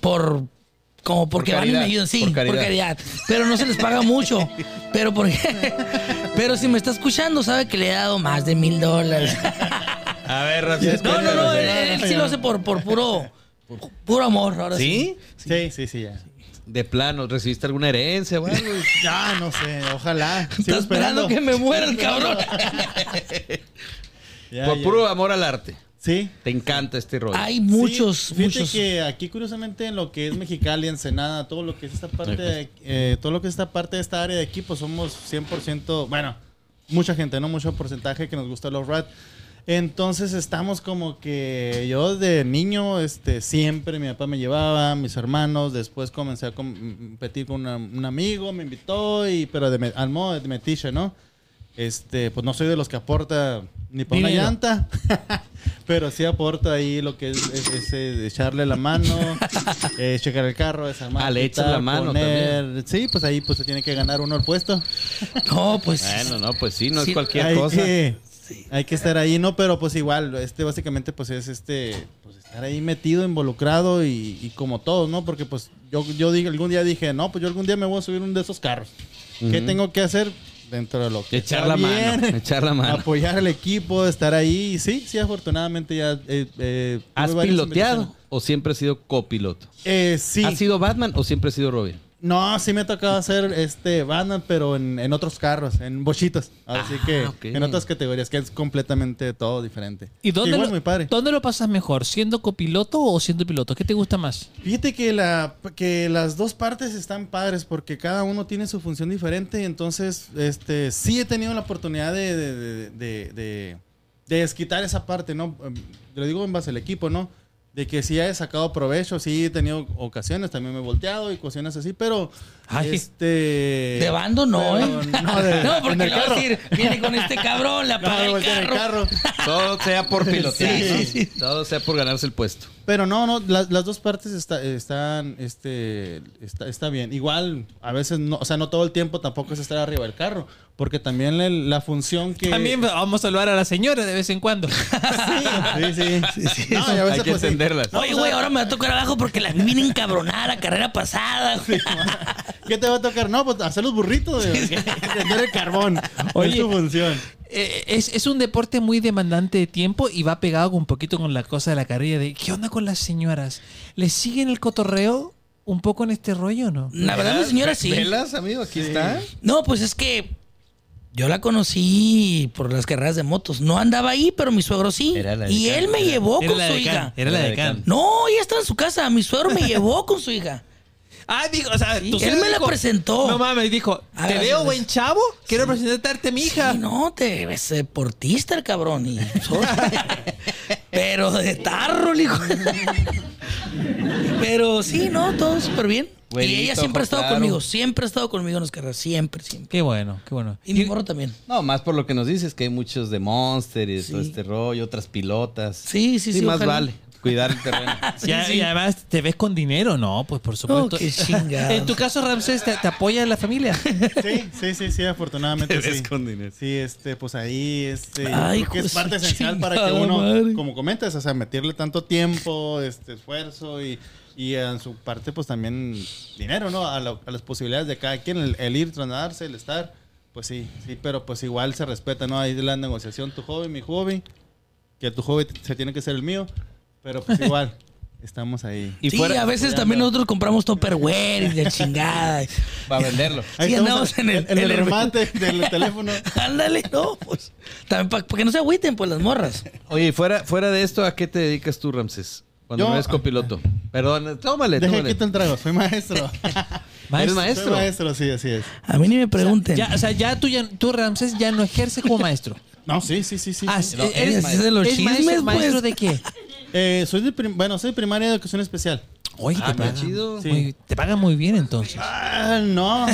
S4: por. Como porque
S2: Por
S4: van y me
S2: caridad,
S4: ayudan, sí,
S2: por
S4: por
S2: caridad.
S4: caridad. Pero no se les paga mucho. Pero porque. (laughs) Pero si me está escuchando, sabe que le he dado más de mil dólares.
S2: (laughs) A ver, Ramsés,
S4: No, eh. no, no,
S2: cuéntanos.
S4: él, él sí lo hace por, por puro. Puro amor, ahora
S2: eh,
S4: sí.
S2: ¿Sí?
S5: Sí, sí, sí, ya.
S2: De plano, ¿recibiste alguna herencia o algo?
S5: Ya, no sé,
S4: (laughs)
S5: ojalá. Sigo
S4: Está esperando que me muera el cabrón.
S1: (laughs)
S5: Ya,
S2: Por
S5: ya.
S2: puro amor al arte.
S5: Sí.
S2: Te encanta este rollo.
S4: Hay muchos,
S5: Sí, fíjate
S4: muchos.
S5: que aquí curiosamente en lo que es Mexicali, Ensenada, todo lo que es esta parte, de- eh, todo lo que es esta parte de esta área de aquí, pues somos 100%, bueno, mucha gente, no mucho porcentaje que nos gusta los rat. Entonces estamos como que yo de niño, este, siempre mi papá me llevaba, mis hermanos, después comencé a com- competir con una- un amigo, me invitó, y, pero de, me- al modo de metiche, ¿no? Este, pues no soy de los que aporta ni para una
S4: Dinero.
S5: llanta, pero sí aporta ahí lo que es, es- es, eh, echarle la mano,
S2: (laughs)
S5: eh, checar el carro, desarmar.
S2: Ah, le echas la
S5: quitar,
S2: mano
S5: Sí, pues ahí pues se tiene que ganar uno el puesto.
S4: No, pues.
S2: Bueno, no, pues sí, no es
S4: Sí,
S2: cualquier
S5: hay
S2: cosa.
S5: Que, Hay que estar ahí, no, pero pues igual, este básicamente pues es este, pues estar ahí metido, involucrado y, y como todos, ¿no? Porque pues yo, yo dije, algún día dije, no, pues yo algún día me voy a subir uno de esos carros. ¿Qué tengo que hacer? Dentro de lo que
S2: Echar la
S5: está bien,
S2: mano, echar la mano.
S5: (laughs) Apoyar al equipo, estar ahí. Y sí, sí, afortunadamente ya... eh, eh, tuve
S2: ¿Has
S5: varias
S2: piloteado
S5: invitaciones.
S2: o siempre has sido copiloto?
S5: Eh, sí.
S2: ¿Has sido Batman o siempre has sido Robin?
S5: No, sí me ha tocado hacer este Batman, pero en, en otros carros, en bochitos. Así que
S2: Ah, ok.
S5: en otras categorías, que es completamente todo diferente.
S1: ¿Y dónde,
S5: Igual
S1: lo,
S5: muy padre.
S1: dónde lo pasas mejor? ¿Siendo copiloto o siendo piloto? ¿Qué te gusta más?
S5: Fíjate que, la, que las dos partes están padres porque cada uno tiene su función diferente. Entonces, este, sí he tenido la oportunidad de, de, de- de- de- de desquitar esa parte, ¿no? Em, Lo digo en base al equipo, ¿no? De que sí he sacado provecho, sí he tenido ocasiones, también me he volteado y ocasiones así, pero...
S1: Ay.
S5: este,
S4: De bando no,
S5: pero
S4: ¿eh? (laughs)
S5: No, de-
S4: no,
S5: en
S4: porque
S5: el
S4: le va a
S5: carro.
S4: decir, viene con este cabrón, la
S5: No,
S4: apaga
S5: de
S4: el
S5: voltear el
S4: carro.
S5: carro.
S2: Todo sea por pilotear,
S5: Sí,
S2: ¿no?
S5: sí,
S2: Todo sea por ganarse el puesto.
S5: Pero no, no, las, las dos partes está- están, este, está, está bien. Igual, a veces, no, o sea, no todo el tiempo tampoco es estar arriba del carro, porque también el- la función que...
S1: También vamos a saludar a la señora de vez en
S4: (laughs)
S1: cuando.
S5: (laughs)
S1: Eh,
S5: Sí, sí, No, y a
S2: Hay
S5: veces,
S2: que
S5: pues, sí.
S2: entenderlas.
S4: Oye, güey, ahora me va a tocar abajo porque la vi bien encabronada la carrera pasada. güey.
S5: ¿Qué te va a tocar? No, pues hacer los burritos, güey. Entender el carbón.
S1: Oye.
S5: es
S4: (laughs)
S5: tu función.
S1: Eh, es, es un deporte muy demandante de tiempo y va pegado un poquito con la cosa de la carrera de ¿qué onda con las señoras? ¿Les siguen el cotorreo un poco en este rollo o no?
S4: La verdad, mi señora sí.
S2: ¿Velas, amigo? Aquí está.
S4: No, pues es que yo la conocí por las carreras de motos. No andaba ahí, pero mi suegro sí.
S2: Era la de
S4: Y
S2: Can,
S4: él me llevó
S1: Era
S4: con
S1: la
S4: su
S1: de Can,
S4: hija.
S1: era la de
S2: Era de
S1: Can.
S4: No, ella estaba en su casa. Mi suegro
S2: (laughs)
S4: me llevó con su hija.
S1: Ah, digo, o sea,
S4: Sí,
S1: tú
S4: él
S1: sabes,
S4: me la
S1: dijo,
S4: presentó. Ah,
S1: No mames, dijo,
S4: A
S1: te veo
S4: ver, señores.
S1: buen chavo, quiero presentarte a mi hija.
S4: Y no, te ves deportista el cabrón. y-
S2: (laughs)
S4: pero de tarro, el hijo. pero sí, no, todo súper bien.
S2: Buenito,
S4: y ella siempre ha estado
S2: claro.
S4: conmigo. Siempre ha estado conmigo en las carreras. Siempre, siempre.
S1: Qué bueno, qué bueno.
S4: Y mi morro también.
S2: No, más por lo que nos dices, que hay muchos de Monster y de todo
S4: Sí.
S2: este rollo, otras pilotas.
S4: Sí, sí, sí,
S2: más
S4: ojalá.
S2: vale cuidar el terreno.
S1: Y, a-
S4: (laughs)
S1: y
S4: Sí, sí.
S1: además te ves con dinero, no, pues por supuesto.
S4: qué chingado.
S1: en tu caso, Ramsés, ¿te, te apoya la familia?
S5: Sí, sí, sí, sí, afortunadamente
S2: Te ves
S5: sí.
S2: con dinero.
S5: Sí, este, pues ahí, este, yo
S4: Ay,
S5: creo que
S4: hijo
S5: es
S4: de
S5: parte
S4: su
S5: esencial para que
S4: chingada
S5: uno,
S4: madre.
S5: como comentas, o sea, meterle tanto tiempo, este, esfuerzo y, y en su parte, pues también dinero, ¿no? A, la- a las posibilidades de cada quien, el, el ir, trasladarse, el estar, pues sí, sí, pero pues igual se respeta, ¿no? Ahí la negociación, tu hobby, mi hobby, que tu hobby se tiene que ser el mío, pero
S4: (laughs)
S5: pues igual, estamos ahí.
S2: Y
S4: sí,
S2: fuera-
S4: a veces
S5: Apoyando.
S4: también nosotros compramos Tupperware y
S2: (laughs)
S4: de chingada.
S2: Para venderlo.
S5: Ahí
S4: Sí,
S5: estamos
S4: andamos en el-
S5: en el
S4: en el- (laughs)
S5: remate del teléfono.
S4: Ándale, no, pues. También para que no se agüiten, pues, las morras.
S2: Oye, y fuera, fuera de esto, ¿a qué te dedicas tú, Ramses? Cuando
S5: Yo- ah, eh.
S2: no eres copiloto. Perdón, tómale,
S5: Deja
S2: tómale.
S5: que el trago,
S4: (laughs)
S5: soy maestro.
S2: ¿Eres
S1: Maestro.
S5: Soy
S2: maestro?
S5: maestro, sí, así es.
S4: A mí ni me pregunten.
S1: Ya, o sea, ya tú, ya, tú Ramsés, ya no ejerces como maestro.
S5: No, sí, sí, sí, sí.
S1: Ah,
S5: sí.
S1: sí,
S2: No,
S1: eres
S2: eres
S1: maestro.
S4: de los
S1: ¿Es maestro,
S4: chismes,
S1: maestro
S4: pues.
S1: de qué?
S5: Eh, soy de prim- bueno, soy de primaria de educación especial.
S1: Oye,
S2: Ah,
S1: te, pagan,
S2: está chido.
S1: muy- te pagan muy bien
S5: (laughs)
S1: entonces.
S5: Ah,
S1: (laughs)
S5: no.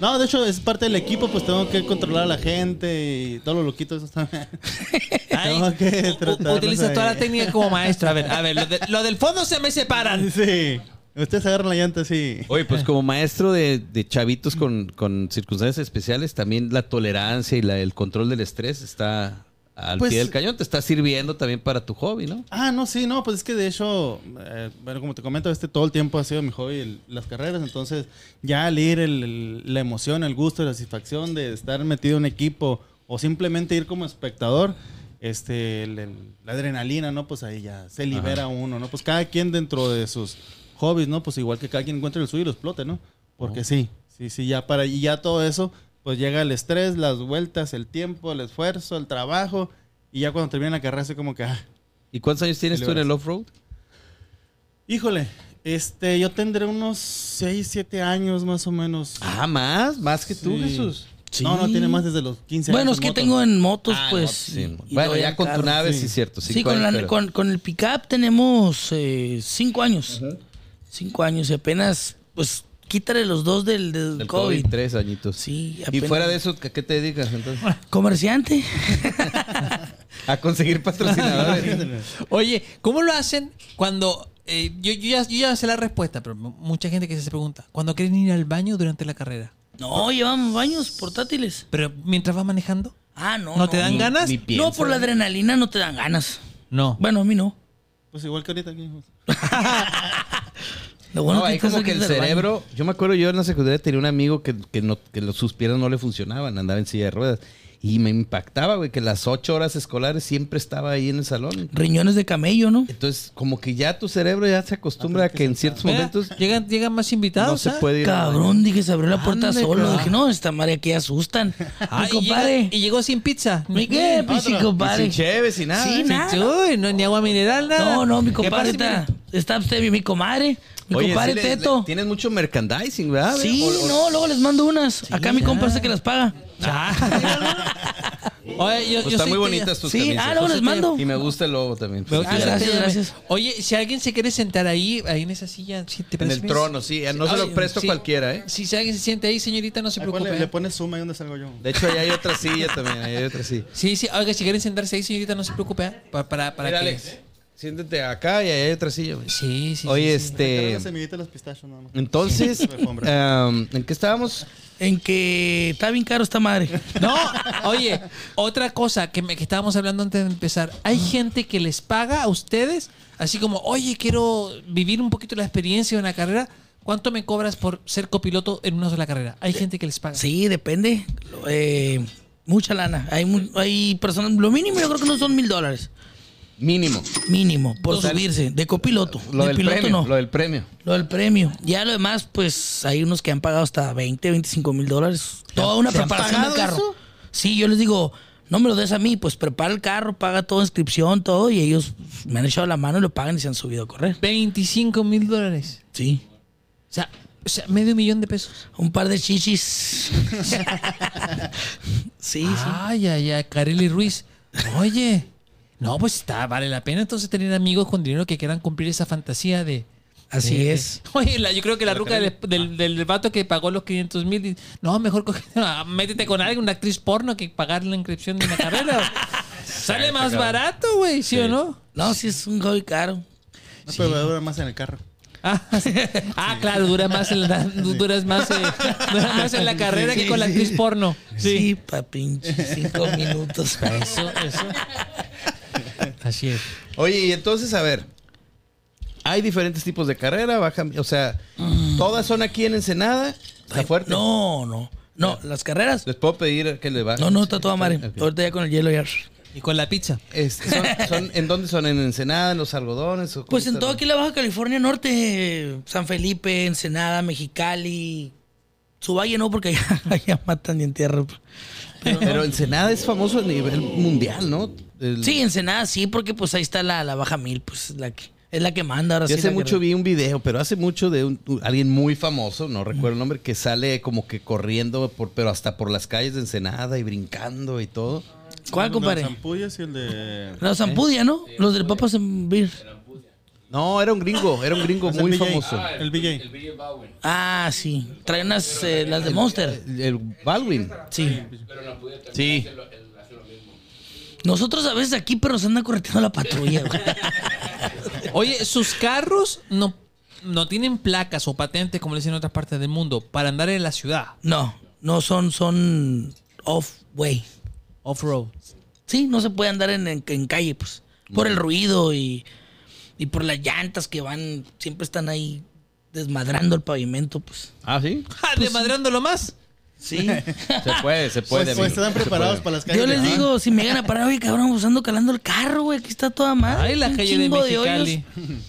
S5: No, de hecho, es parte del equipo, pues tengo que controlar a la gente y todo lo loquito, eso está.
S1: (laughs) Ay,
S5: Tengo que
S1: u- u-
S5: tratarlos
S1: utiliza
S5: ahí.
S1: toda la técnica como maestro. A ver, a ver, lo, de- lo del fondo se me separan.
S5: (laughs) Sí. Ustedes agarran la llanta así.
S2: Oye, pues como maestro de, de chavitos con, con circunstancias especiales, también la tolerancia y la- el control del estrés está al
S5: Pues-
S2: pie del cañón. Te está sirviendo también para tu hobby, ¿no?
S5: Ah, no, sí, no, pues es que de hecho, eh, bueno, como te comento, este todo el tiempo ha sido mi hobby el- las carreras, entonces ya al ir el- el- la emoción, el gusto, la satisfacción de estar metido en un equipo o simplemente ir como espectador, este, el- el- la adrenalina, ¿no? Pues ahí ya se libera uno, ¿no? Pues cada quien dentro de sus hobbies, ¿no? Pues igual que cada quien encuentra el suyo y lo explote, ¿no? Porque sí, sí, sí, ya para, y ya todo eso, pues llega el estrés, las vueltas, el tiempo, el esfuerzo, el trabajo, y ya cuando termina la carrera, así como que... ah,
S2: ¿Y cuántos años tienes tú en el off-road?
S5: Híjole, este, yo tendré unos 6, 7 años más o menos.
S2: Ah, más, más que tú,
S5: Sí.
S2: Jesús.
S4: Sí.
S5: No, no, tiene más desde los 15
S4: Bueno,
S5: años.
S4: es que
S5: moto.
S4: tengo en motos,
S2: Ah,
S4: pues.
S2: no, sí.
S4: y- y
S2: bueno,
S4: luego
S2: ya
S4: en
S2: con tu
S4: carros.
S2: nave, pues, sí,
S5: sí.
S2: es cierto.
S4: Sí,
S2: cinco
S4: con,
S2: años,
S4: la-
S2: pero-
S4: con- con el pickup tenemos eh, cinco años. Cinco años y apenas, pues, quítale los dos del, del
S2: del
S4: COVID.
S2: COVID, tres añitos.
S4: Sí,
S2: Y
S4: apenas.
S2: fuera de eso, ¿a qué te dedicas entonces?
S4: Comerciante.
S2: A
S4: (laughs)
S2: conseguir patrocinadores.
S1: Oye, ¿cómo lo hacen cuando... eh, yo, yo ya, yo ya sé la respuesta, pero m- mucha gente que se pregunta, cuando quieren ir al baño durante la carrera,
S4: No, llevamos baños portátiles.
S1: pero mientras vas manejando,
S4: Ah, no.
S1: ¿no te dan
S4: ni-
S1: ganas?
S2: ni
S4: No, por la adrenalina no te dan ganas.
S1: No.
S4: Bueno, a mí no.
S5: Pues igual que ahorita aquí.
S4: Lo bueno
S2: no,
S4: que
S2: ahí
S4: estás
S2: como que
S4: aquí
S2: el
S4: del baño.
S2: cerebro. Yo me acuerdo, yo en la secundaria tenía un amigo que, que no, que los- sus piernas no le funcionaban, andaba en silla de ruedas. Y me impactaba, güey, que las ocho horas escolares siempre estaba ahí en el salón.
S4: Riñones de camello, ¿no?
S2: Entonces, como que ya tu cerebro ya se
S4: Ah,
S2: acostumbra a que en ciertos
S1: Mira,
S2: momentos
S1: llegan, llegan más invitados.
S2: no se
S1: ¿ah?
S2: puede ir. al baño.
S4: Cabrón, dije, se abrió la puerta
S2: Ándale,
S4: solo.
S2: cabrón.
S4: Dije, no, esta madre
S2: (laughs)
S4: aquí asustan.
S1: Ah,
S4: Mi
S1: y, llega-
S4: compadre.
S1: y llegó sin pizza.
S4: Mi qué,
S1: Sin-
S4: pinche
S2: Y sin
S4: compadre.
S2: cheve, sin nada.
S4: Sí,
S2: ¿eh?
S4: nada.
S1: Uy, no, ni agua mineral, nada.
S4: No, no, mi
S1: ¿Qué
S4: compadre
S1: pasa,
S4: está, está usted, mi comadre. Mi
S2: Oye,
S4: compadre
S2: sí le- le-
S4: Teto.
S2: tienes mucho merchandising, ¿verdad?
S4: sí,
S2: O- o-
S4: no, luego les mando unas. Acá mi
S1: ya.
S4: compadre es el que las paga.
S1: Ah. Oye, yo,
S2: pues
S1: yo
S2: están
S1: soy te-
S2: muy bonitas tus
S4: Sí,
S2: camisas.
S4: ah, luego les mando.
S2: Y me gusta el logo también.
S1: Me gusta
S4: Ah,
S1: la
S4: gracias,
S1: tele.
S4: gracias.
S1: Oye, si alguien se quiere sentar ahí, ahí en esa silla, si te
S2: En
S1: parece
S2: el
S1: bien?
S2: trono, sí. Ah, No se lo
S1: Ay,
S2: presto a
S1: sí.
S2: cualquiera, ¿eh?
S1: Si alguien se siente ahí, señorita, no se preocupe. ¿eh?
S5: Le, le pones suma y dónde salgo yo.
S2: De hecho, ahí hay otra silla también. Ahí hay otra silla.
S1: Sí, sí, oiga, si quieren sentarse ahí, señorita, no se preocupe. ¿eh? Pa- Para, para,
S2: Mira,
S1: que...
S2: Alex, siéntete acá y ahí hay otra silla. güey.
S1: Sí, sí.
S2: Oye,
S1: sí, sí.
S5: Recarga
S2: este. Mm,
S5: las semillitas de los pistachos, nada más.
S2: Entonces,
S5: Sí, alfombra.
S2: am, ¿en qué estábamos?
S4: (laughs) En que está bien caro esta madre.
S1: No, oye, otra cosa que, me, que estábamos hablando antes de empezar. Hay gente que les paga a ustedes, así como, oye, quiero vivir un poquito la experiencia de una carrera. ¿Cuánto me cobras por ser copiloto en una sola carrera? Hay gente que les paga.
S4: Sí, depende. Eh, mucha lana. Hay, mu- hay personas, lo mínimo yo creo que no son mil dólares.
S2: Mínimo.
S4: Mínimo, por subirse. De copiloto.
S2: Lo
S4: de
S2: del
S4: piloto
S2: premio.
S4: no.
S2: Lo del premio.
S4: Lo del premio. Ya lo demás, pues hay unos que han pagado hasta 20, 25 mil dólares. Toda una
S2: te han
S4: preparación del
S2: pagado
S4: carro.
S2: eso?
S4: Sí, yo les digo, no me lo des a mí, pues prepara el carro, paga todo, inscripción, todo. Y ellos me han echado la mano y lo pagan y se han subido a correr.
S1: 25 mil dólares.
S4: Sí.
S1: O sea, o sea, medio millón de pesos.
S4: Un par de chichis. (laughs) sí,
S2: Ah,
S1: Ay, ay, ay, Carely Ruiz. Oye, no, pues está, vale la pena entonces tener amigos con dinero que quieran cumplir esa fantasía de.
S4: sí. Así
S1: de-
S4: es.
S1: Oye, la- yo creo que la ruca del, del, del vato que pagó los 500 mil. No, mejor coge- (laughs) ah, métete con alguien, una actriz porno, que pagar la inscripción de una carrera. Sale más barato, güey, ¿sí, o no?
S4: No, sí es un hobby caro.
S5: No, pero dura más en el carro.
S1: Ah, (laughs) sí. Ah, claro, dura más en la, duras más, eh, dura más en la carrera que con la actriz porno.
S4: Sí, pa' pinche cinco (laughs) minutos.
S1: Eso, eso. Así es.
S2: Oye, y entonces, a ver. Hay diferentes tipos de carrera. Baja, o sea, todas son aquí en Ensenada. Está fuerte.
S4: Mm. No, no. No, las carreras.
S2: Les puedo pedir que le bajen.
S4: No, no, está toda madre.
S2: ok.
S4: Ahorita ya con el hielo ya.
S1: Y con la pizza.
S2: Este, son- son- ¿En dónde son? ¿En Ensenada? ¿En los algodones? ¿O
S4: Pues
S2: cómo
S4: en todo
S2: está?
S4: aquí la Baja California Norte, eh, San Felipe, Ensenada, Mexicali. Su valle no, porque allá, (laughs) allá matan y entierran.
S2: Pero Ensenada es famoso a nivel mundial, ¿no? El-
S4: Sí, Ensenada sí, porque pues ahí está la, la Baja Mil, pues la que, es la que manda ahora
S2: Yo
S4: sí.
S2: hace
S4: la
S2: mucho
S4: que-
S2: vi un video, pero hace mucho de un- un- alguien muy famoso, no recuerdo el nombre, que sale como que corriendo, por, pero hasta por las calles de Ensenada y brincando y todo.
S4: ¿Cuál,
S5: El de
S4: compadre?
S5: Los ampullas y el de.
S4: La Zampudia, ¿no? Los del Papa Zambir.
S2: No, era un gringo, era un
S5: (laughs)
S2: gringo
S5: Es el
S2: muy
S5: BJ.
S2: famoso.
S5: Ah, el BJ.
S4: Ah, sí. Trae unas, eh, las de Monster.
S2: El, el Baldwin.
S4: Sí.
S2: Sí.
S4: Nosotros a veces aquí, pero se anda correteando la patrulla, güey.
S1: Oye, sus carros no, no tienen placas o patentes, como le dicen en otras partes del mundo, para andar en la ciudad,
S4: No, no son, son off, güey.
S1: off-road.
S4: Sí, no se puede andar en, en- en calle, pues. Por el ruido y, y por las llantas que van, siempre están ahí desmadrando el pavimento, pues.
S2: Ah, sí.
S1: ¡Ja! Demadrándolo más.
S4: Sí.
S2: Se puede, se puede. amigo,
S5: Pues, pues están
S2: se
S5: preparados
S2: puede.
S5: para las
S4: (laughs)
S5: calles.
S4: Yo les
S5: de-
S4: digo, si me llegan a parar, oye, cabrón, pues ando calando el carro, güey. Aquí está toda madre.
S1: Ay, la
S4: un
S1: calle de
S4: chingo hoyos.
S1: Mexicali.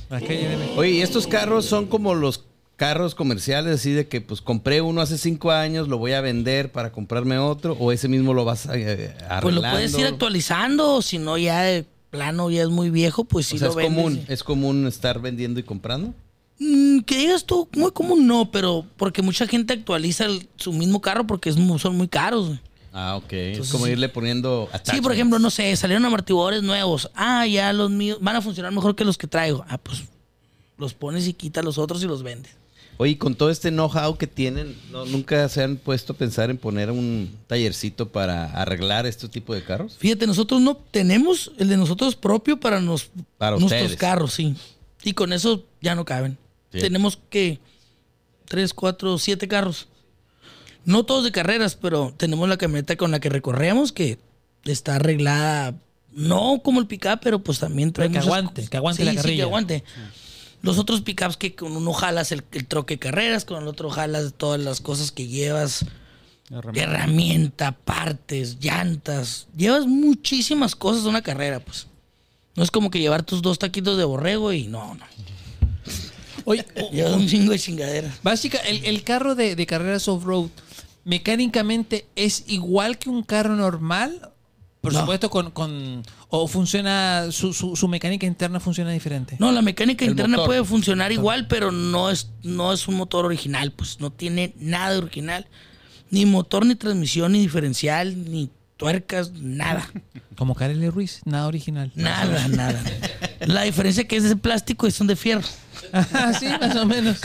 S1: la calle de Mexicali.
S2: Oye, ¿y estos carros son como los carros comerciales, así de que pues compré uno hace cinco años, lo voy a vender para comprarme otro, o ese mismo lo vas eh, a arreglar.
S4: Pues lo puedes ir actualizando, o si no, ya de plano ya es muy viejo, pues sí
S2: o sea,
S4: lo
S2: es
S4: vendes.
S2: común, es común estar vendiendo y comprando.
S4: Mm, que digas tú, muy común no, pero porque mucha gente actualiza el- su mismo carro porque es mu- son muy caros. güey.
S2: Ah, ok. es como irle poniendo
S4: Sí, por ejemplo, no sé, salieron amortiguadores nuevos. Ah, ya los míos van a funcionar mejor que los que traigo. Ah, pues los pones y quitas los otros y los vendes.
S2: Oye, y con todo este know-how que tienen, ¿no- ¿nunca se han puesto a pensar en poner un tallercito para arreglar este tipo de carros?
S4: Fíjate, nosotros no tenemos el de nosotros propio para, nos,
S2: Para
S4: nuestros
S2: ustedes.
S4: carros, sí. Y con eso ya no caben.
S2: Sí.
S4: Tenemos que tres, cuatro, siete carros. No todos de carreras, pero tenemos la camioneta con la que recorremos que está arreglada, no como el pickup, pero pues también trae
S1: Pero que
S4: muchas-
S1: aguante, que aguante
S4: Sí,
S1: la
S4: sí, que
S1: carrilla. Ah.
S4: aguante. Los otros pickups que con uno jalas el, el troque de carreras, con el otro jalas todas las cosas que llevas
S5: Herramienta.
S4: herramienta, partes, llantas. Llevas muchísimas cosas a una carrera, pues. No es como que llevar tus dos taquitos de borrego y no, no.
S1: Oye,
S4: Llevas un chingo de chingadera.
S1: Básica, el, el carro de, de carreras off-road, mecánicamente, ¿es igual que un carro normal? Por
S4: No.
S1: supuesto, con, con- ¿O funciona. Su, su- su mecánica interna funciona diferente?
S4: No, la mecánica
S2: El
S4: interna
S2: motor.
S4: puede funcionar igual, pero no es, no es un motor original, pues. No tiene nada de original. Ni motor, ni transmisión, ni diferencial, ni tuercas, nada.
S1: Como Kareli Ruiz, nada original. (laughs)
S4: Nada, nada. La diferencia que es de plástico y son de fierro.
S1: Ajá, sí, más o
S4: (laughs)
S1: menos.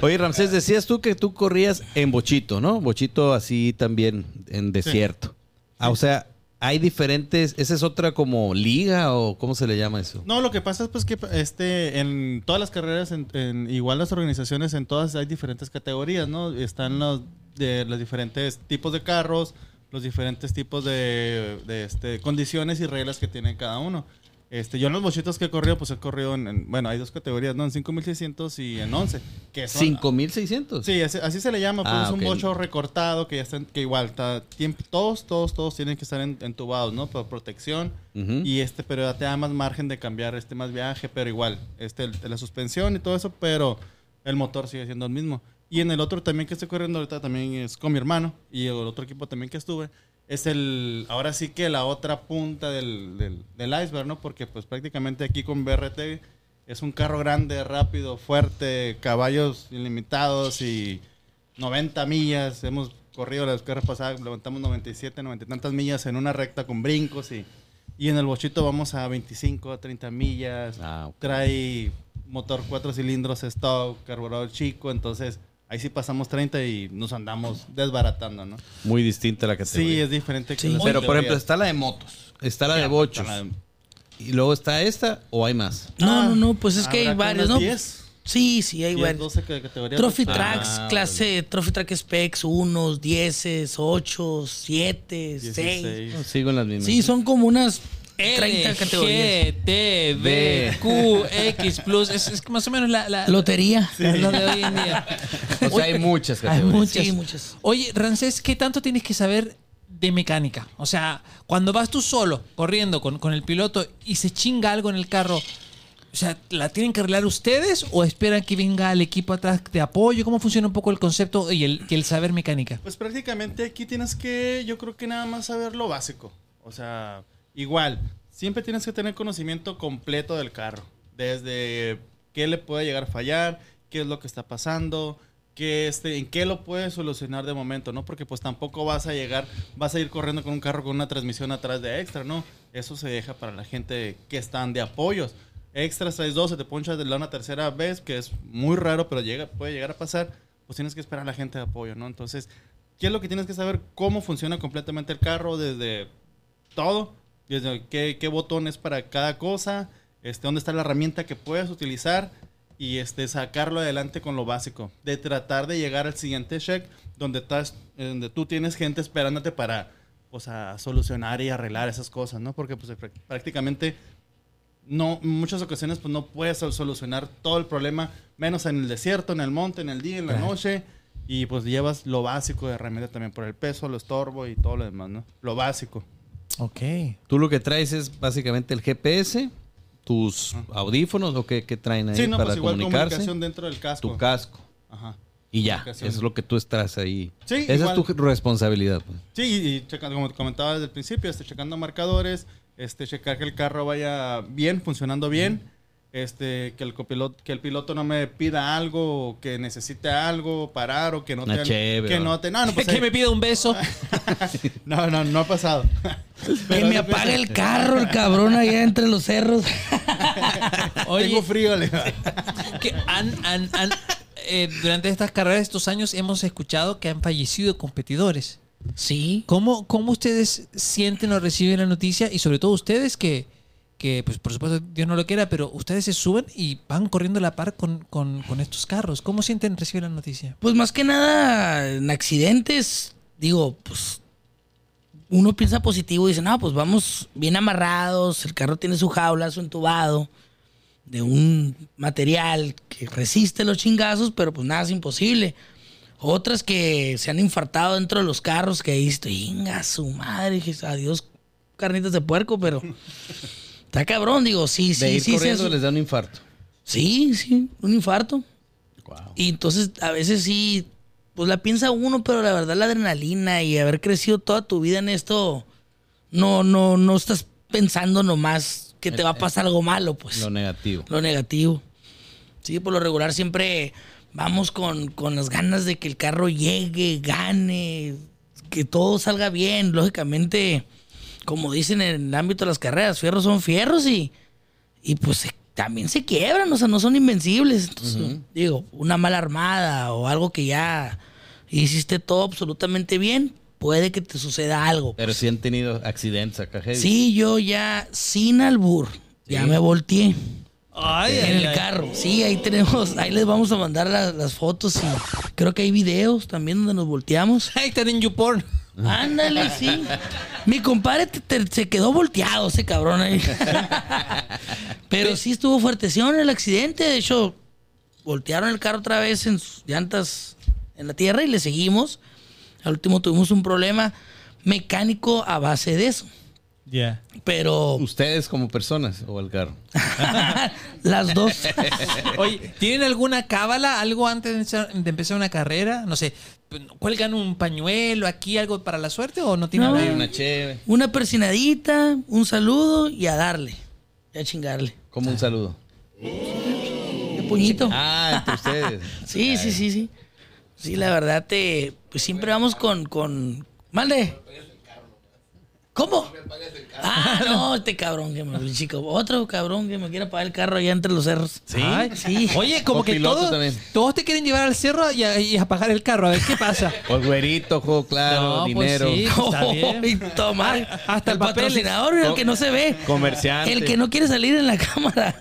S2: Oye, Ramsés, decías tú que tú corrías en bochito, ¿no? Bochito así también, en desierto. Ah, o sea, hay diferentes... ¿Esa es otra como liga o cómo se le llama eso?
S5: No, lo que pasa es pues que este en todas las carreras, en, en- igual las organizaciones, en todas hay diferentes categorías, ¿no? Están los de los diferentes tipos de carros, los diferentes tipos de, de, este, condiciones y reglas que tiene cada uno. Este, yo en los bochitos que he corrido, pues he corrido en, en- bueno, hay dos categorías, ¿no? En 5600 y en 11, que son
S2: 5600.
S5: Sí, así, así se le llama, pues
S2: Ah,
S5: es un
S2: ok.
S5: bocho recortado que ya está, en- que igual está, tiemp- todos, todos, todos tienen que estar en- entubados, ¿no? Por protección.
S2: Ujú.
S5: Y este, pero ya te da más margen de cambiar este más viaje, pero igual, este, el- la suspensión y todo eso, pero el motor sigue siendo el mismo. Y en el otro también que estoy corriendo ahorita también es con mi hermano y el otro equipo también que estuve. Es el, ahora sí que la otra punta del, del, del iceberg, ¿no? Porque pues prácticamente aquí con BRT es un carro grande, rápido, fuerte, caballos ilimitados y 90 millas. Hemos corrido las carreras pasadas, levantamos 97, 90 y tantas millas en una recta con brincos y, y en el bochito vamos a 25, a 30 millas.
S2: Ah, ok.
S5: Trae motor cuatro cilindros, stock, carburador chico, entonces ahí sí pasamos 30 y nos andamos desbaratando, ¿no?
S2: Muy distinta la
S5: Sí,
S2: categoría.
S5: es diferente. que
S4: Sí.
S5: las
S2: Pero, por
S5: categorías.
S2: ejemplo, está la de motos, está la de bochos,
S5: Está la de-
S2: y luego está esta, ¿o hay más?
S4: No,
S5: Ah,
S4: no, no, pues es que hay
S5: habrá
S4: varios,
S5: unas
S4: ¿no?
S5: 10,
S4: Sí, sí, hay
S5: 10,
S4: varios.
S5: 12 ca- categorías.
S4: Trophy
S5: Ah,
S4: Tracks,
S2: vale.
S4: clase Trophy Track Specs, unos, dieces, ocho, siete,
S5: 16.
S4: seis.
S2: Sigo en las mismas.
S4: Sí, son como unas
S1: L,
S4: 30 categorías.
S1: G, T, B, Q, X, plus. Es, es más o menos la, la-
S4: Lotería.
S1: lo de hoy en
S4: (laughs)
S1: día.
S2: O sea, hay muchas
S1: Hay
S2: categorías.
S1: muchas.
S4: Sí, muchas.
S1: Oye, Rancés, ¿qué tanto tienes que saber de mecánica? O sea, cuando vas tú solo, corriendo con, con el piloto y se chinga algo en el carro, o sea, ¿la tienen que arreglar ustedes o esperan que venga el equipo atrás de apoyo? ¿Cómo funciona un poco el concepto y el, y el saber mecánica?
S5: Pues prácticamente aquí tienes que, yo creo que nada más saber lo básico. O sea, igual, siempre tienes que tener conocimiento completo del carro. Desde qué le puede llegar a fallar, qué es lo que está pasando, qué este, en qué lo puedes solucionar de momento, ¿no? Porque pues tampoco vas a llegar, vas a ir corriendo con un carro con una transmisión atrás de extra, ¿no? Eso se deja para la gente que están de apoyos. extras traes dos, se te poncha de la una tercera vez, que es muy raro, pero llega, puede llegar a pasar, pues tienes que esperar a la gente de apoyo, ¿no? Entonces, ¿qué es lo que tienes que saber? ¿Cómo funciona completamente el carro desde todo? Desde qué, qué botón es para cada cosa, este, dónde está la herramienta que puedes utilizar y este, sacarlo adelante con lo básico. De tratar de llegar al siguiente check donde, estás, donde tú tienes gente esperándote para pues, a solucionar y arreglar esas cosas, ¿no? Porque pues, prá- prácticamente no, en muchas ocasiones pues no puedes sol- solucionar todo el problema, menos en el desierto, en el monte, en el día, en la noche. Y pues llevas lo básico de herramienta también por el peso, lo estorbo y todo lo demás, ¿no? Lo básico.
S1: Ok.
S2: Tú lo que traes es básicamente el GPS, tus audífonos, lo que, que traen ahí
S5: Sí, no,
S2: para
S5: pues igual
S2: comunicarse,
S5: comunicación dentro del casco.
S2: tu casco.
S5: Ajá.
S2: Y ya, eso
S5: Comunicación.
S2: es lo que tú estás ahí.
S5: Sí,
S2: Esa
S5: igual.
S2: es tu responsabilidad. pues.
S5: Sí, y, y checa- como te comentaba desde el principio, este, checando marcadores, este, checar que el carro vaya bien, funcionando bien, este, que el copiloto, que el piloto no me pida algo, o que necesite algo, parar o que no
S2: Una
S5: te,
S2: cheve,
S5: que
S2: ¿no?
S5: no te, no, no,
S2: (laughs)
S5: pues,
S1: (laughs) que me pida un beso.
S5: (laughs) no, no, no ha pasado.
S4: Que me
S1: (laughs)
S4: apague el carro, el cabrón, allá entre los cerros.
S1: Oye,
S5: Tengo frío, le digo.
S1: que han- han- han- eh, durante estas carreras, estos años, hemos escuchado que han fallecido competidores.
S4: Sí.
S1: ¿Cómo, cómo ustedes sienten o reciben la noticia? Y sobre todo ustedes que, que, pues por supuesto Dios no lo quiera, pero ustedes se suben y van corriendo a la par con, con- con estos carros. ¿Cómo sienten recibir la noticia?
S4: Pues más que nada, en accidentes, digo, pues uno piensa positivo y dice, no, pues vamos bien amarrados, el carro tiene su jaula, su entubado, de un material que resiste los chingazos, pero pues nada es imposible. Otras que se han infartado dentro de los carros, que ahí estoy, inga, su madre, dije, adiós, carnitas de puerco,
S2: (laughs)
S4: pero está cabrón, digo, sí, sí,
S2: De ir
S4: sí, sí,
S2: corriendo
S4: eso-
S2: les da un infarto.
S4: Sí, sí, un infarto. Y entonces a veces sí, pues la piensa uno, pero la verdad la adrenalina y haber crecido toda tu vida en esto, no, no, no estás pensando nomás que te va a pasar algo malo, pues.
S2: Lo negativo.
S4: Lo negativo. Sí, por lo regular siempre vamos con, con las ganas de que el carro llegue, gane, que todo salga bien. Lógicamente, como dicen en el ámbito de las carreras, fierros son fierros y, y pues se- también se quiebran, o sea, no son invencibles. Entonces, digo, una mala armada o algo que ya hiciste todo absolutamente bien, puede que te suceda algo.
S2: Pero sí han tenido accidentes acá, heavy.
S4: Sí, yo ya sin albur, ya me volteé en el carro. Sí, ahí tenemos, ahí les vamos a mandar la- las fotos y creo que hay videos también donde nos volteamos.
S1: Ahí están en YouPorn.
S4: Ándale, sí. Mi compadre te- te- se quedó volteado ese cabrón ahí. Pero sí estuvo fuerteción el accidente. De hecho, voltearon el carro otra vez en sus llantas en la tierra y le seguimos. Al último tuvimos un problema mecánico a base de eso.
S1: Ya.
S4: Pero
S2: ¿Ustedes como personas o el carro?
S4: Ah. las dos.
S1: Oye, ¿tienen alguna cábala, algo antes de empezar, de empezar una carrera? No sé, ¿cuelgan un pañuelo aquí, algo para la suerte o no tienen
S4: No.
S1: nada?
S2: Hay una cheve.
S4: Una persinadita, un saludo y a darle. Y a chingarle.
S2: Como un saludo.
S4: De puñito. Ah,
S2: Ah, entre ustedes.
S4: (laughs) Sí, sí, sí, sí. Sí, la verdad, te, pues siempre vamos con... con... ¡Mande! ¿Cómo? Ah, no, este cabrón que me... Chico, otro cabrón que me quiera pagar el carro allá entre los cerros.
S1: ¿Sí?
S4: Sí.
S1: (laughs) Oye, como que
S2: Copiloto
S1: todos,
S2: también.
S1: todos te quieren llevar al cerro y a, y a pagar el carro. A ver qué
S4: (laughs)
S1: pasa.
S2: O güerito, juego claro,
S1: No, pues
S2: dinero.
S1: sí. Está bien. Ah,
S4: Y tomar
S1: Hasta
S4: hasta
S1: el
S4: el
S1: papel.
S4: patrocinador y el que no se ve.
S2: Comerciante.
S4: El que no quiere salir en la (laughs) cámara.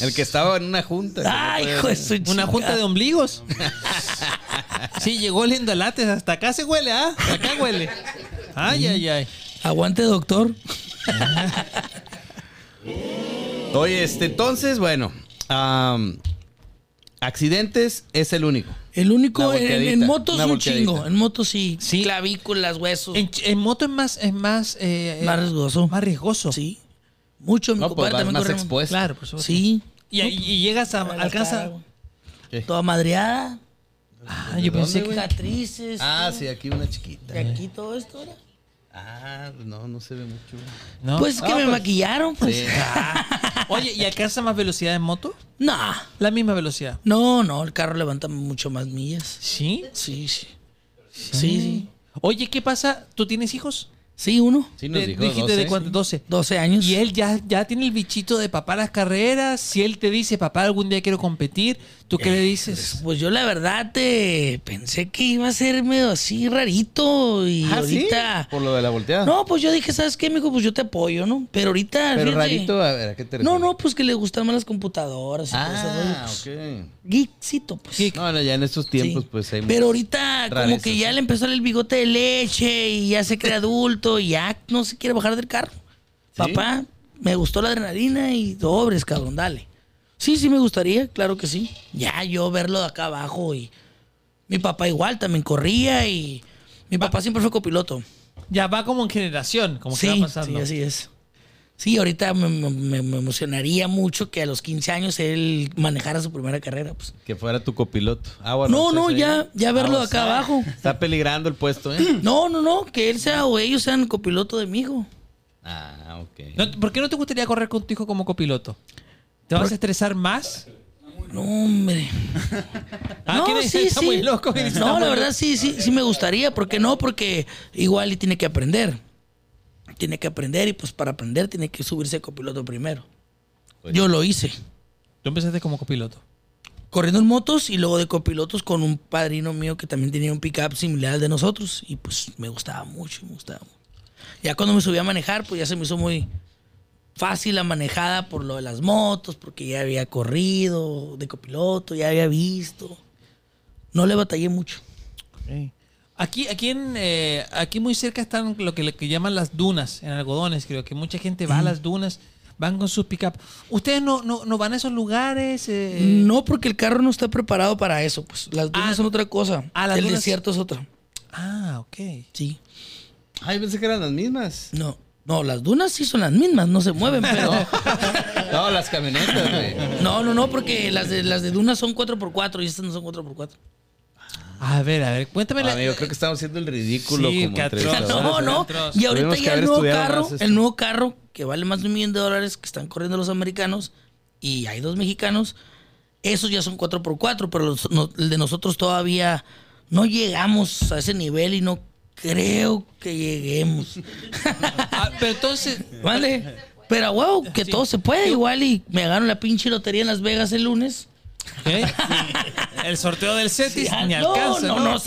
S2: El que estaba en una junta.
S4: Ay, hijo de su
S1: Una
S4: chingada.
S1: junta de
S4: (laughs)
S1: ombligos. Sí, llegó el Endalates. Hasta acá se huele, ¿ah? Hasta acá huele. Ay, ay, ay.
S4: Aguante, doctor.
S2: Oye, este, entonces, bueno. am, accidentes es el único.
S4: El único
S2: Una
S4: en,
S2: volteadita,
S4: en motos
S2: una
S4: un
S2: volteadita.
S4: chingo. En motos sí.
S1: Sí.
S4: Clavículas, huesos.
S1: En, en moto es más. Es más, eh, eh,
S4: más riesgoso.
S1: más riesgoso.
S4: Sí. Mucho, mi
S2: No, pues
S4: compadre
S2: vas
S4: también
S2: más
S4: corremos.
S2: expuesto.
S1: Claro, por supuesto.
S4: Sí.
S1: Y, ahí- y llegas a. Ah, Alcanza.
S2: Sí.
S4: Toda madreada.
S1: Ah, yo pensé que.
S4: Cicatrices.
S2: Ah, sí, aquí una
S4: Y
S2: chiquita.
S4: aquí todo esto era.
S2: Ah, no, no se ve mucho.
S1: No.
S4: Pues es que me maquillaron, pues.
S2: Sí.
S1: Oye, ¿y alcanza más velocidad en moto?
S4: No.
S1: La misma velocidad.
S4: No, no, el carro levanta mucho más millas.
S1: ¿Sí?
S4: Sí, sí. Sí, sí.
S1: Oye, ¿qué pasa? ¿Tú tienes hijos?
S4: Sí, uno.
S2: (laughs) Sí, nos
S1: De-
S2: dijo
S1: dijiste de
S2: 12.
S1: cuánto, 12.
S4: 12 años.
S1: Y él ya, ya tiene el bichito de papá las carreras. Si él te dice, papá, algún día quiero competir, ¿tú qué le dices?
S4: Pues yo la verdad eh, pensé que iba a ser medio así rarito y
S2: Ah, ¿sí? Ah.
S4: ahorita...
S2: Por lo de la volteada.
S4: No, pues yo dije, ¿sabes qué, mijo? Pues yo te apoyo, ¿no? Pero ahorita...
S2: Pero
S4: fíjate-
S2: rarito, a ver, ¿a qué te
S4: No,
S2: refieres?
S4: no, pues que le gustan más las computadoras y todo ese rollo,
S2: Ah,
S4: pues,
S2: ok.
S4: Geekcito, pues.
S2: No, no, ya en estos tiempos,
S4: Sí.
S2: pues hay
S4: Pero ahorita como
S2: rarezas,
S4: que ya
S2: sí.
S4: le empezó el bigote de leche y ya se cree adulto y ya no se quiere bajar del carro. Papá, me gustó la adrenalina y dobres, cabrón, dale. Sí, sí me gustaría, claro que sí. Ya yo verlo de acá abajo y mi papá igual también corría y mi papá siempre fue copiloto.
S1: Ya va como en generación, como
S4: sí,
S1: que va pasando.
S4: sí, así es. Sí, ahorita me, me- me emocionaría mucho que a los 15 años él manejara su primera carrera, pues.
S2: Que fuera tu copiloto. Ah,
S4: No,
S2: entonces
S4: no,
S2: ahí-
S4: ya- ya verlo
S2: o
S4: acá abajo.
S2: Está peligrando el puesto,
S4: (clears throat)
S2: ¿eh?
S4: No, no, no, que él sea o ellos sean copiloto de mi hijo.
S2: ah, ok.
S1: No, ¿Por qué no te gustaría correr con tu hijo como copiloto? ¿Te vas a estresar más?
S4: No, hombre.
S1: Ah,
S4: no,
S1: ¿quién es? Está muy loco. ¿quién está
S4: No,
S1: muy
S4: la
S1: loco?
S4: verdad sí, sí, sí me gustaría. ¿Por qué no? Porque igual y tiene que aprender. Tiene que aprender y pues para aprender tiene que subirse de copiloto primero.
S2: Pues
S4: Yo lo hice.
S1: Tú empezaste como copiloto.
S4: Corriendo en motos y luego de copilotos con un padrino mío que también tenía un pickup similar al de nosotros. Y pues me gustaba mucho, me gustaba mucho. Ya cuando me subí a manejar, pues ya se me hizo muy fácil la manejada por lo de las motos, porque ya había corrido de copiloto, ya había visto. No le batallé mucho.
S1: Aquí, aquí, en, eh, aquí muy cerca están lo que, lo que llaman las dunas en algodones. Creo que mucha gente
S4: Mm.
S1: va a las dunas, van con sus pick-up. ¿Ustedes no, no, no van a esos lugares? eh?
S4: No, porque el carro no está preparado para eso. Pues las dunas
S1: Ah.
S4: son otra cosa.
S1: Ah, las
S4: el
S1: dunas-
S4: desierto es otra.
S1: Ah, ok.
S4: Sí.
S2: Ay, pensé que eran las mismas.
S4: No. No, las dunas sí son las mismas, no se mueven, pero.
S1: (laughs)
S2: No, las camionetas, güey.
S4: No, no, no, porque las de, las de dunas son 4x4 y estas no son 4x4.
S1: A ver, a ver, cuéntame la-
S2: Amigo, creo que estamos haciendo el ridículo
S1: Sí,
S2: como
S1: que
S2: entre
S1: atroz.
S2: estas horas.
S4: (laughs) No, no.
S1: Nosotros
S4: Y ahorita
S2: tuvimos que
S4: ya el
S2: haber
S4: nuevo
S2: estudiado
S4: carro,
S2: más esto.
S4: el nuevo carro que vale más de un millón de dólares que están corriendo los americanos y hay dos mexicanos, esos ya son 4x4, pero los- no- el de nosotros todavía no llegamos a ese nivel y no creo que
S2: (laughs)
S4: lleguemos.
S1: Ah, pero entonces,
S4: ¿Vale? Pero wow, que todo se puede igual y me ganaron la pinche lotería en Las Vegas el lunes.
S1: ¿eh? el sorteo del Cetis ni
S4: ah, no,
S1: alcanza,
S4: no,
S1: ¿no?
S4: nos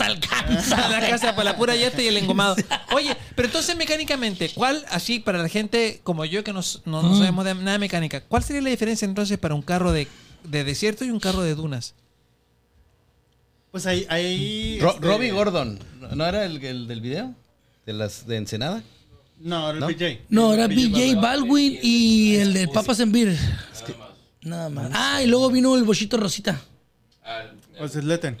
S1: (laughs)
S4: alcanza.
S1: A la
S2: (laughs)
S1: casa para la pura yeta y el engomado. Oye, pero entonces mecánicamente, ¿cuál, así para la gente como yo que nos- no,
S4: Mm.
S1: no sabemos de nada de mecánica, ¿cuál sería la diferencia entonces para un carro de, de desierto y un carro de dunas?
S5: Pues ahí. ahí
S2: Ro-
S5: este,
S2: Robbie Gordon, ¿no era el, el del video? De las de Ensenada.
S5: No, era el
S2: ¿No?
S5: BJ.
S4: No, era BJ Baldwin y el de Papas en Beer. Nada más. Ah, y luego vino el bochito Rosita.
S5: O sea, Sleten.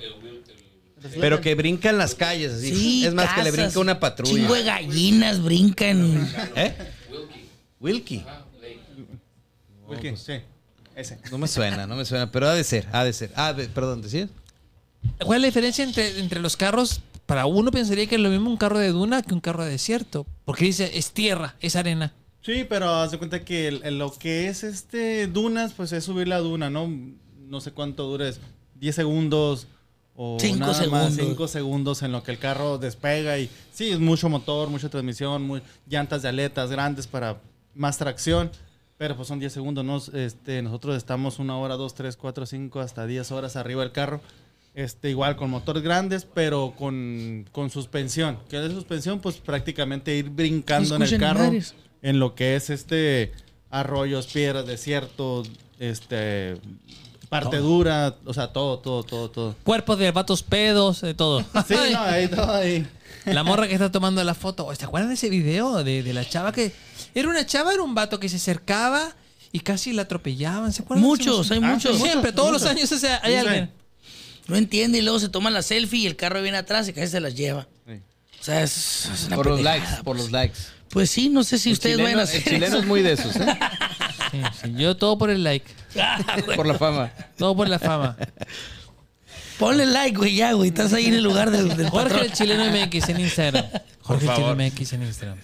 S2: Pero que brinca en las calles, así.
S4: Sí,
S2: es más, que le
S4: casas,
S2: brinca una patrulla.
S4: Chingo de gallinas brincan.
S2: ¿Eh? Wilkie.
S5: Wilkie, sí. Ese.
S2: No me suena, no me suena, pero ha de ser, ha de ser. Ah, de- perdón, ¿decías?
S1: ¿Cuál es la diferencia entre, entre los carros? Para uno pensaría que es lo mismo un carro de duna que un carro de desierto, porque dice, es tierra, es arena.
S5: Sí, pero haz de cuenta que el- el- lo que es este dunas, pues es subir la duna, ¿no? No sé cuánto dures, 10 segundos o
S4: Cinco
S5: nada más,
S4: segundos.
S5: 5 segundos en lo que el carro despega y sí, es mucho motor, mucha transmisión, muy- llantas de aletas grandes para más tracción, pero pues son 10 segundos, ¿no? Este, nosotros estamos una hora, dos, tres, cuatro, cinco, hasta 10 horas arriba del carro. Este, igual con motores grandes, pero con, con suspensión. ¿Qué es suspensión? Pues prácticamente ir brincando en el
S4: Escuchen,
S5: carro
S4: madres.
S5: en lo que es este arroyos, piedras, desierto, este parte dura, o sea, todo, todo, todo, todo.
S1: Cuerpos de vatos pedos, de todo.
S5: Sí, no, ahí todo ahí.
S1: La morra que está tomando la foto. ¿Se acuerdan de ese video de, de la chava que... Era una chava, era un vato que se acercaba y casi la atropellaban. ¿Se acuerdan? de ese
S4: Muchos, hay
S1: video?
S5: Ah,
S4: muchos.
S5: sí,
S1: Siempre,
S5: muchos,
S1: todos los
S5: muchos.
S1: años o sea, hay
S5: Sí,
S1: alguien.
S4: No entiende y luego se toma la selfie y el carro viene atrás y casi se las lleva. O sea, es, es una
S2: Por los
S4: pendejada.
S2: likes, por los likes.
S4: Pues sí, no sé si ustedes
S2: Chileno-
S4: van a
S2: el
S4: hacer
S2: chileno es
S4: eso. (laughs)
S2: muy de esos, ¿eh?
S1: Sí, sí, yo todo por el like,
S4: Ah, güey.
S2: Por la fama.
S1: todo por la (laughs) fama.
S4: Ponle like, güey, ya, güey. Estás ahí en el lugar del, del
S1: Jorge
S4: patrón.
S1: el Chileno MX en Instagram. Jorge el Chileno MX en Instagram.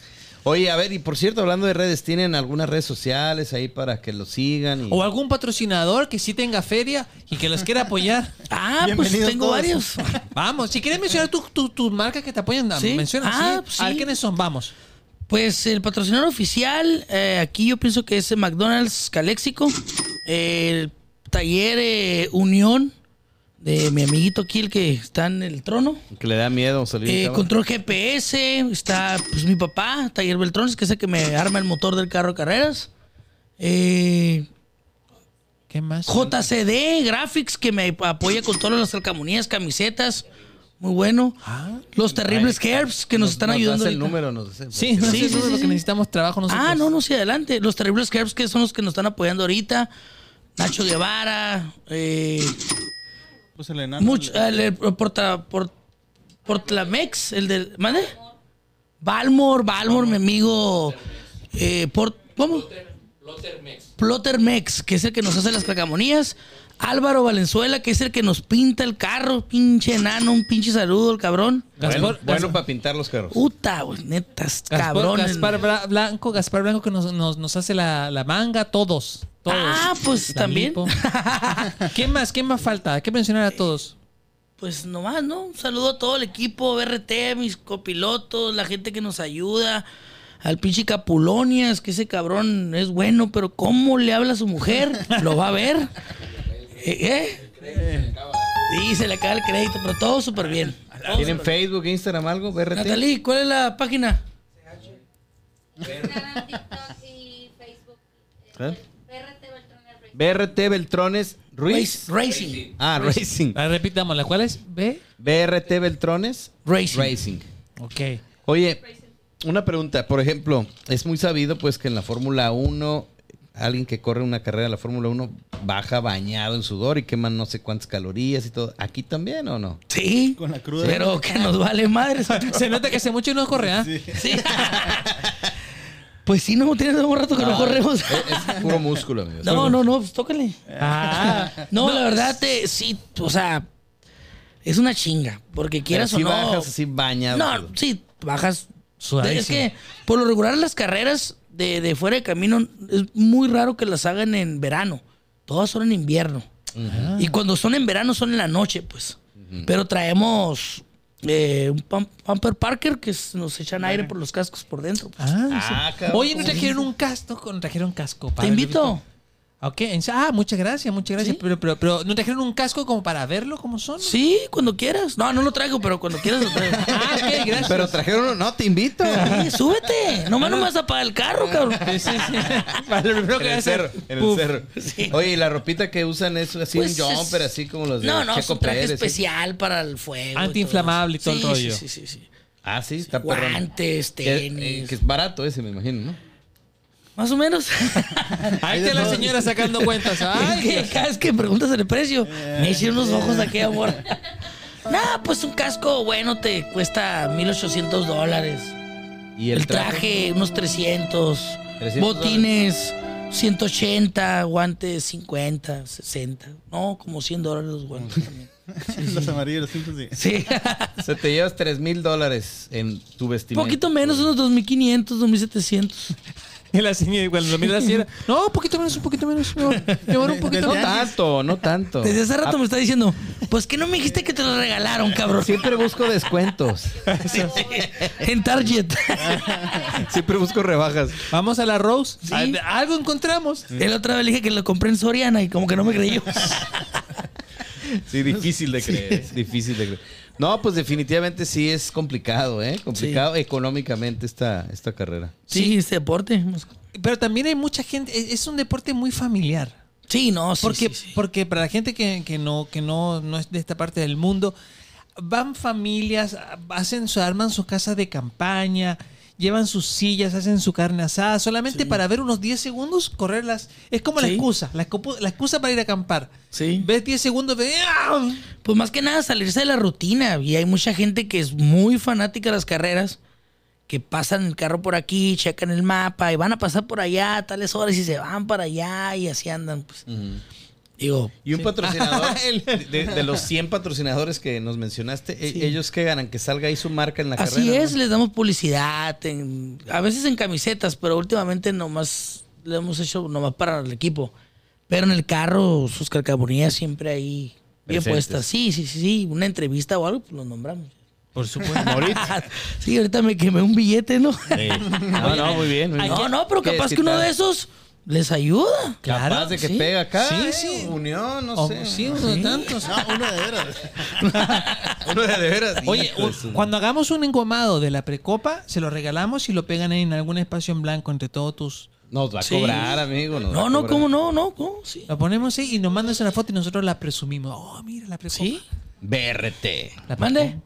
S2: Oye, a ver, y por cierto, hablando de redes, ¿tienen algunas redes sociales ahí para que lo sigan? y-
S1: O algún patrocinador que sí tenga feria y que los quiera apoyar. (laughs)
S4: Ah, pues
S5: Bienvenidos
S4: tengo
S5: todos.
S4: varios.
S1: Vamos, si quieres mencionar tus tu, tus marcas que te apoyan,
S4: Sí.
S1: menciona.
S4: Ah,
S1: sí. A ver
S4: sí.
S1: quiénes son, vamos.
S4: Pues el patrocinador oficial, eh, aquí yo pienso que es el McDonald's Caléxico, el taller eh, Unión de mi amiguito aquí, el que está en el trono.
S2: Que le da miedo salir. de
S4: Eh,
S2: cámara.
S4: control GPS, está pues mi papá, Taller Beltrones, que es el que me arma el motor del carro de carreras. Eh,
S1: ¿Qué más?
S4: JCD Graphics, que me apoya con todas las calcamonías, camisetas. Muy bueno.
S1: Ah,
S4: Los terribles Herbs que nos, están ayudando.
S2: das el
S4: ahorita.
S2: número, nos das el-
S1: Sí, no sé,
S4: Sí, sí,
S1: eso es
S4: sí,
S1: lo
S4: sí.
S1: que necesitamos trabajo nosotros.
S4: Ah, no, no, sí, adelante. Los terribles Herbs que son los que nos están apoyando ahorita.
S1: (laughs)
S4: Nacho Guevara, eh,
S5: Pues el enano.
S4: mucho, el, el porta- por- Portlamex, el del. ¿Mande? Balmor, Balmor, mi amigo. Eh, por, ¿Cómo? Plottermex, que es el que nos hace las cacamonías. Álvaro Valenzuela, que es el que nos pinta el carro. Pinche enano, un pinche saludo, el cabrón.
S2: Bueno,
S1: Gaspar,
S2: bueno
S1: Gas-
S2: para pintar los carros.
S4: Puta, güey, netas,
S1: Gaspar-
S4: cabrón.
S1: Gaspar Bra- Blanco, Gaspar Blanco que nos, nos, nos hace la, la manga, todos. todos.
S4: Ah, pues,
S1: La
S4: también. (laughs)
S1: lipo. ¿Quién más? ¿Quién más falta? Hay que mencionar a todos.
S4: Pues nomás, ¿no? Un saludo a todo el equipo, BRT, mis copilotos, la gente que nos ayuda, al pinche Capulonias, que ese cabrón es bueno, pero ¿cómo le habla a su mujer? Lo va a ver. ¿Eh? ¿eh? Sí, se le acaba el crédito, pero todo súper bien. Todo
S2: ¿Tienen
S4: súper
S2: Facebook, Instagram, algo?
S4: bien.
S2: BRT.
S4: Natalie, ¿cuál es la página?
S6: Instagram, TikTok y Facebook.
S2: ¿Eh?
S6: PRT Beltrán Herrera.
S2: (laughs) BRT Beltrones Ruiz.
S4: Race- Racing.
S2: Ah, Racing.
S1: Ah, repitamos, ¿la cuál es? B.
S2: BRT Beltrones
S4: Racing.
S2: Racing.
S1: Ok.
S2: Oye, una pregunta. Por ejemplo, es muy sabido pues que en la Fórmula 1, alguien que corre una carrera de la Fórmula 1 baja bañado en sudor y quema no sé cuántas calorías y todo. ¿Aquí también o no?
S4: Sí,
S5: Con la cruda.
S4: pero que nos vale madres.
S1: Se nota que hace mucho y no corre, ¿ah?
S4: Sí. (laughs) Pues sí, no, tienes un rato que no,
S2: eh.
S4: corremos.
S2: Es, es puro músculo, amigos.
S4: No, no, no, pues tócale.
S1: Ah,
S4: No, la verdad, te, sí, o sea, es una chinga. Porque
S2: Pero
S4: quieras
S2: sí
S4: o no.
S2: bajas así bañado.
S4: no, sí, bajas.
S1: Sudadísimo.
S4: Es que, por lo regular, las carreras de, de fuera de camino es muy raro que las hagan en verano. Todas son en invierno. Y cuando son en verano, son en la noche, pues. Pero traemos eh, un pam- Pamper Parker que s- nos echan aire por los cascos por dentro. pues.
S1: Ah,
S2: Ah,
S1: sí.
S2: cabrón.
S1: Oye, no trajeron un casco, no trajeron casco.
S4: Te
S1: para
S4: invito.
S1: verlo? Ok, en- ah, muchas gracias, muchas gracias. Pero, pero, pero, ¿no trajeron un casco como para verlo como son?
S4: Sí, cuando quieras. No, no lo traigo, pero cuando quieras lo
S2: (laughs)
S4: traigo.
S1: Ah, ok, gracias.
S2: Pero trajeron uno. No, te
S4: (laughs)
S2: invito.
S4: Sí, súbete. Nomás no me vas a pagar el carro, cabrón.
S1: Sí, sí, sí. Para lo primero
S2: En
S1: que
S2: el
S1: hace-
S2: cerro, en el
S1: Puf.
S2: cerro.
S4: Sí.
S2: Oye, ¿y la ropita que usan es así
S4: Pues es-
S2: un jumper, así como los de
S4: No, no, es
S2: Checo
S4: un traje
S2: Pérez, eh? ¿sí?
S4: especial para el fuego. y todo
S1: Antiinflamable y todo el
S4: Sí,
S1: rollo.
S4: Sí, sí, sí. sí.
S2: Ah, sí, está perrón.
S4: Guantes,
S2: Que, eh,
S4: tenis.
S2: que es barato ese, me imagino, ¿no?
S4: Más o menos.
S1: Ahí está la señora sacando cuentas. Ay,
S4: (laughs) Es que
S1: Dios.
S4: cada vez que preguntas el precio, me eché unos ojos de
S2: (laughs)
S4: aquella amor. No, pues un casco bueno te cuesta 1800 dólares.
S2: Y
S4: El traje, unos 300.
S2: 300
S4: botines, 180. Guantes, 50, 60. No, como 100 dólares los (laughs) guantes también.
S5: (laughs) Los amarillos, los cinco, sí.
S4: Sí.
S2: Se te llevas 3 mil dólares en tu vestimenta.
S4: Poquito menos, unos 2500, 2700.
S1: (laughs) Y la señora, igual lo mira la señora. (laughs) No, un poquito menos, un poquito menos. Mi amor, Mi amor, un
S4: (laughs)
S1: poquito
S2: No
S1: menos.
S2: tanto, no tanto.
S4: Desde hace rato me está diciendo, pues que no me dijiste que te lo regalaron, cabrón.
S2: Ah, Siempre busco descuentos.
S4: En Target.
S2: (laughs)
S4: (laughs) Ah,
S2: Siempre busco rebajas.
S1: Vamos a la Rose. Al- Algo encontramos.
S4: El otra vez le dije que lo compré en Soriana y como que no me creyó.
S2: Sí, difícil de creer. es Difícil de creer. No, pues definitivamente sí es complicado, ¿eh? Complicado económicamente esta, esta carrera.
S4: Sí, este deporte.
S1: Pero también hay mucha gente. e, es- Es un deporte muy familiar.
S4: Sí, no, sí.
S1: Porque,
S4: sí, sí.
S1: porque para la gente que, que no, que no, no es de esta parte del mundo, van familias, hacen su, arman sus casas de campaña, llevan sus sillas, hacen su carne asada, solamente para ver unos 10 segundos correrlas. Es como la
S4: Sí.
S1: excusa, la, excu- la excusa para ir a acampar.
S4: Sí.
S1: Ves 10 segundos de... ¡ah!
S4: Pues más que nada salirse de la rutina. Y hay mucha gente que es muy fanática de las carreras, que pasan el carro por aquí, checan el mapa y van a pasar por allá a tales horas y se van para allá y así andan. Pues. Digo,
S2: Y un
S4: (laughs)
S2: patrocinador, de, de los 100 patrocinadores que nos mencionaste, e- ¿ellos qué ganan? ¿Que salga ahí su marca en la
S4: Así
S2: carrera?
S4: es,
S2: no?
S4: les damos publicidad, en- a veces en camisetas, pero últimamente nomás le hemos hecho nomás para el equipo. Pero en el carro, sus carcabonías siempre ahí bien
S2: Presentes.
S4: puestas. Sí, sí, sí, sí, una entrevista o algo, pues los nombramos.
S1: Por supuesto.
S2: Ahorita.
S4: (laughs) Sí, ahorita me quemé un
S2: (laughs)
S4: billete, ¿no? (laughs)
S2: No, no, muy bien. muy bien.
S4: No, no, pero capaz que uno de esos les ayuda.
S1: Claro.
S2: Capaz de que
S4: sí.
S2: pega acá.
S1: Sí,
S2: eh,
S1: sí.
S2: Unión, no
S4: Oh,
S1: O-
S2: sé.
S1: sí, uno de tantos.
S5: No, uno de
S2: (laughs)
S5: veras.
S2: Uno de de veras.
S1: Oye,
S2: Hijo de
S1: un-
S2: su-
S1: cuando hagamos un engomado de la precopa, se lo regalamos y lo pegan en algún espacio en blanco entre todos tus.
S2: Nos va a
S4: Sí.
S2: cobrar, amigo. nos va
S4: No,
S2: a
S4: no,
S2: cobrar.
S4: ¿cómo no? No, ¿cómo? Sí.
S1: Lo ponemos ahí y nos mandas una foto y nosotros la presumimos. Oh, mira la precopa.
S4: ¿Sí?
S2: Vérrete.
S1: La
S4: ¿Mande?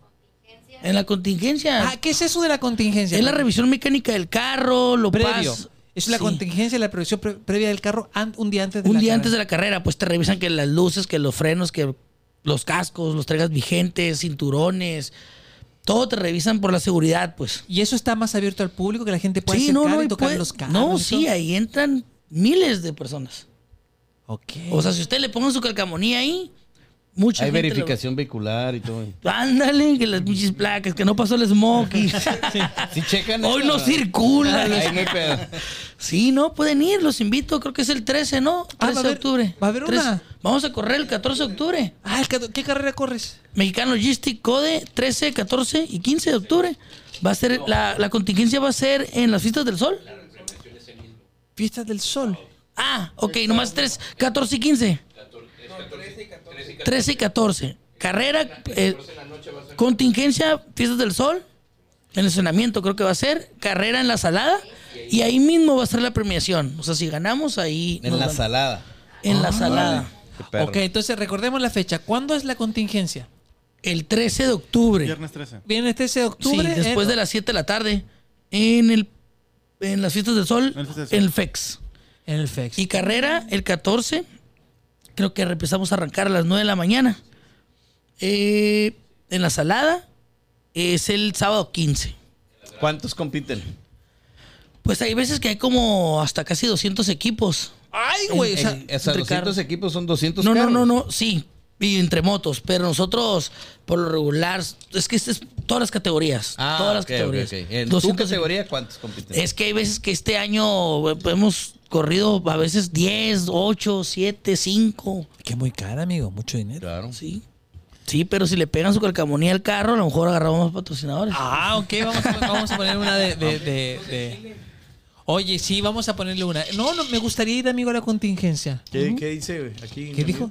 S4: En la contingencia.
S1: Ah, ¿qué es eso de la contingencia?
S4: es la revisión mecánica del carro, lo
S1: previo.
S4: pas-
S1: Es la
S4: Sí.
S1: contingencia de la previsión pre- previa del carro an- un día antes de
S4: Un
S1: la
S4: día
S1: carrera.
S4: antes de la carrera, pues te revisan que las luces, que los frenos, que los cascos, los traigas vigentes, cinturones, todo te revisan por la seguridad, pues.
S1: Y eso está más abierto al público, que la gente puede
S4: sí,
S1: acercar
S4: no, no,
S1: y
S4: y
S1: tocar
S4: puede-
S1: los carros.
S4: no,
S1: y
S4: sí,
S1: todo.
S4: ahí entran miles de personas.
S1: Ok.
S4: O sea, si usted le ponga su calcamonía ahí, mucha
S2: Hay
S4: gente lo-
S2: verificación vehicular y todo.
S4: Ándale, que las pinches placas, que no pasó el smoke.
S1: (laughs)
S4: y-
S2: Si checan.
S4: Hoy
S2: eso,
S4: no circula.
S2: Ahí no hay pedo.
S4: (laughs) Sí, no, pueden ir, los invito. Creo que es el 13, ¿no? 13
S1: Ah, va a
S4: de
S1: haber-
S4: octubre.
S1: va a haber
S4: 13.
S1: una.
S4: Vamos a correr el 14 de octubre.
S1: Ah, el cat- ¿qué carrera corres?
S4: Mexicano Logistic Code 13, 14 y 15 de octubre. Va a ser, la, la contingencia va a ser en las fiestas del sol.
S1: Fiestas del Sol.
S4: Ah, ok, nomás 3, 14 y 15. 13 y 14. Carrera, eh, contingencia, fiestas del sol, en el estacionamiento creo que va a ser, carrera en la salada y ahí mismo va a ser la premiación. O sea, si ganamos ahí...
S2: En
S4: nos
S2: la Ah,
S4: van-
S2: salada.
S4: En la salada.
S2: Qué perro.
S1: Ok, entonces recordemos la fecha. ¿Cuándo es la contingencia?
S4: El 13 de octubre.
S5: (laughs) Viernes eh, 13.
S1: Viene el 13 de
S4: Sí,
S1: octubre.
S4: después de las 7 de la tarde. En el en las fiestas del sol,
S5: En las fiestas
S4: en
S5: del sol.
S4: el FEX.
S1: En el FEX.
S4: Y carrera, el 14. Creo que empezamos a arrancar a las 9 de la mañana. Eh, en la salada es el sábado 15.
S2: ¿Cuántos compiten?
S4: Pues hay veces que hay como hasta casi 200 equipos.
S1: Ay, güey. o sea,
S4: en-
S2: O sea,
S4: Entre
S2: 200 equipos son 200
S4: No, no,
S2: carros.
S4: no, no, sí. Y entre motos, pero nosotros, por lo regular, es que este es todas las categorías.
S2: Ah,
S4: todas las
S2: ok, ok,
S4: categorías.
S2: ok. En tu
S4: 200
S2: categoría, ¿cuántos compiten?
S4: Es que hay veces que este año we- hemos corrido a veces 10, 8, 7, 5.
S1: que muy cara, amigo. Mucho dinero.
S2: Claro.
S4: Sí. Sí, pero si le pegan su calcamonía al carro, a lo mejor agarramos más patrocinadores.
S1: Ah, ok. Vamos a, vamos a poner una de, de- de- de- Oye, sí, vamos a ponerle una. No, no, me gustaría ir, amigo, a la contingencia.
S7: ¿Qué, qué dice, güey? Aquí.
S1: ¿Qué dijo?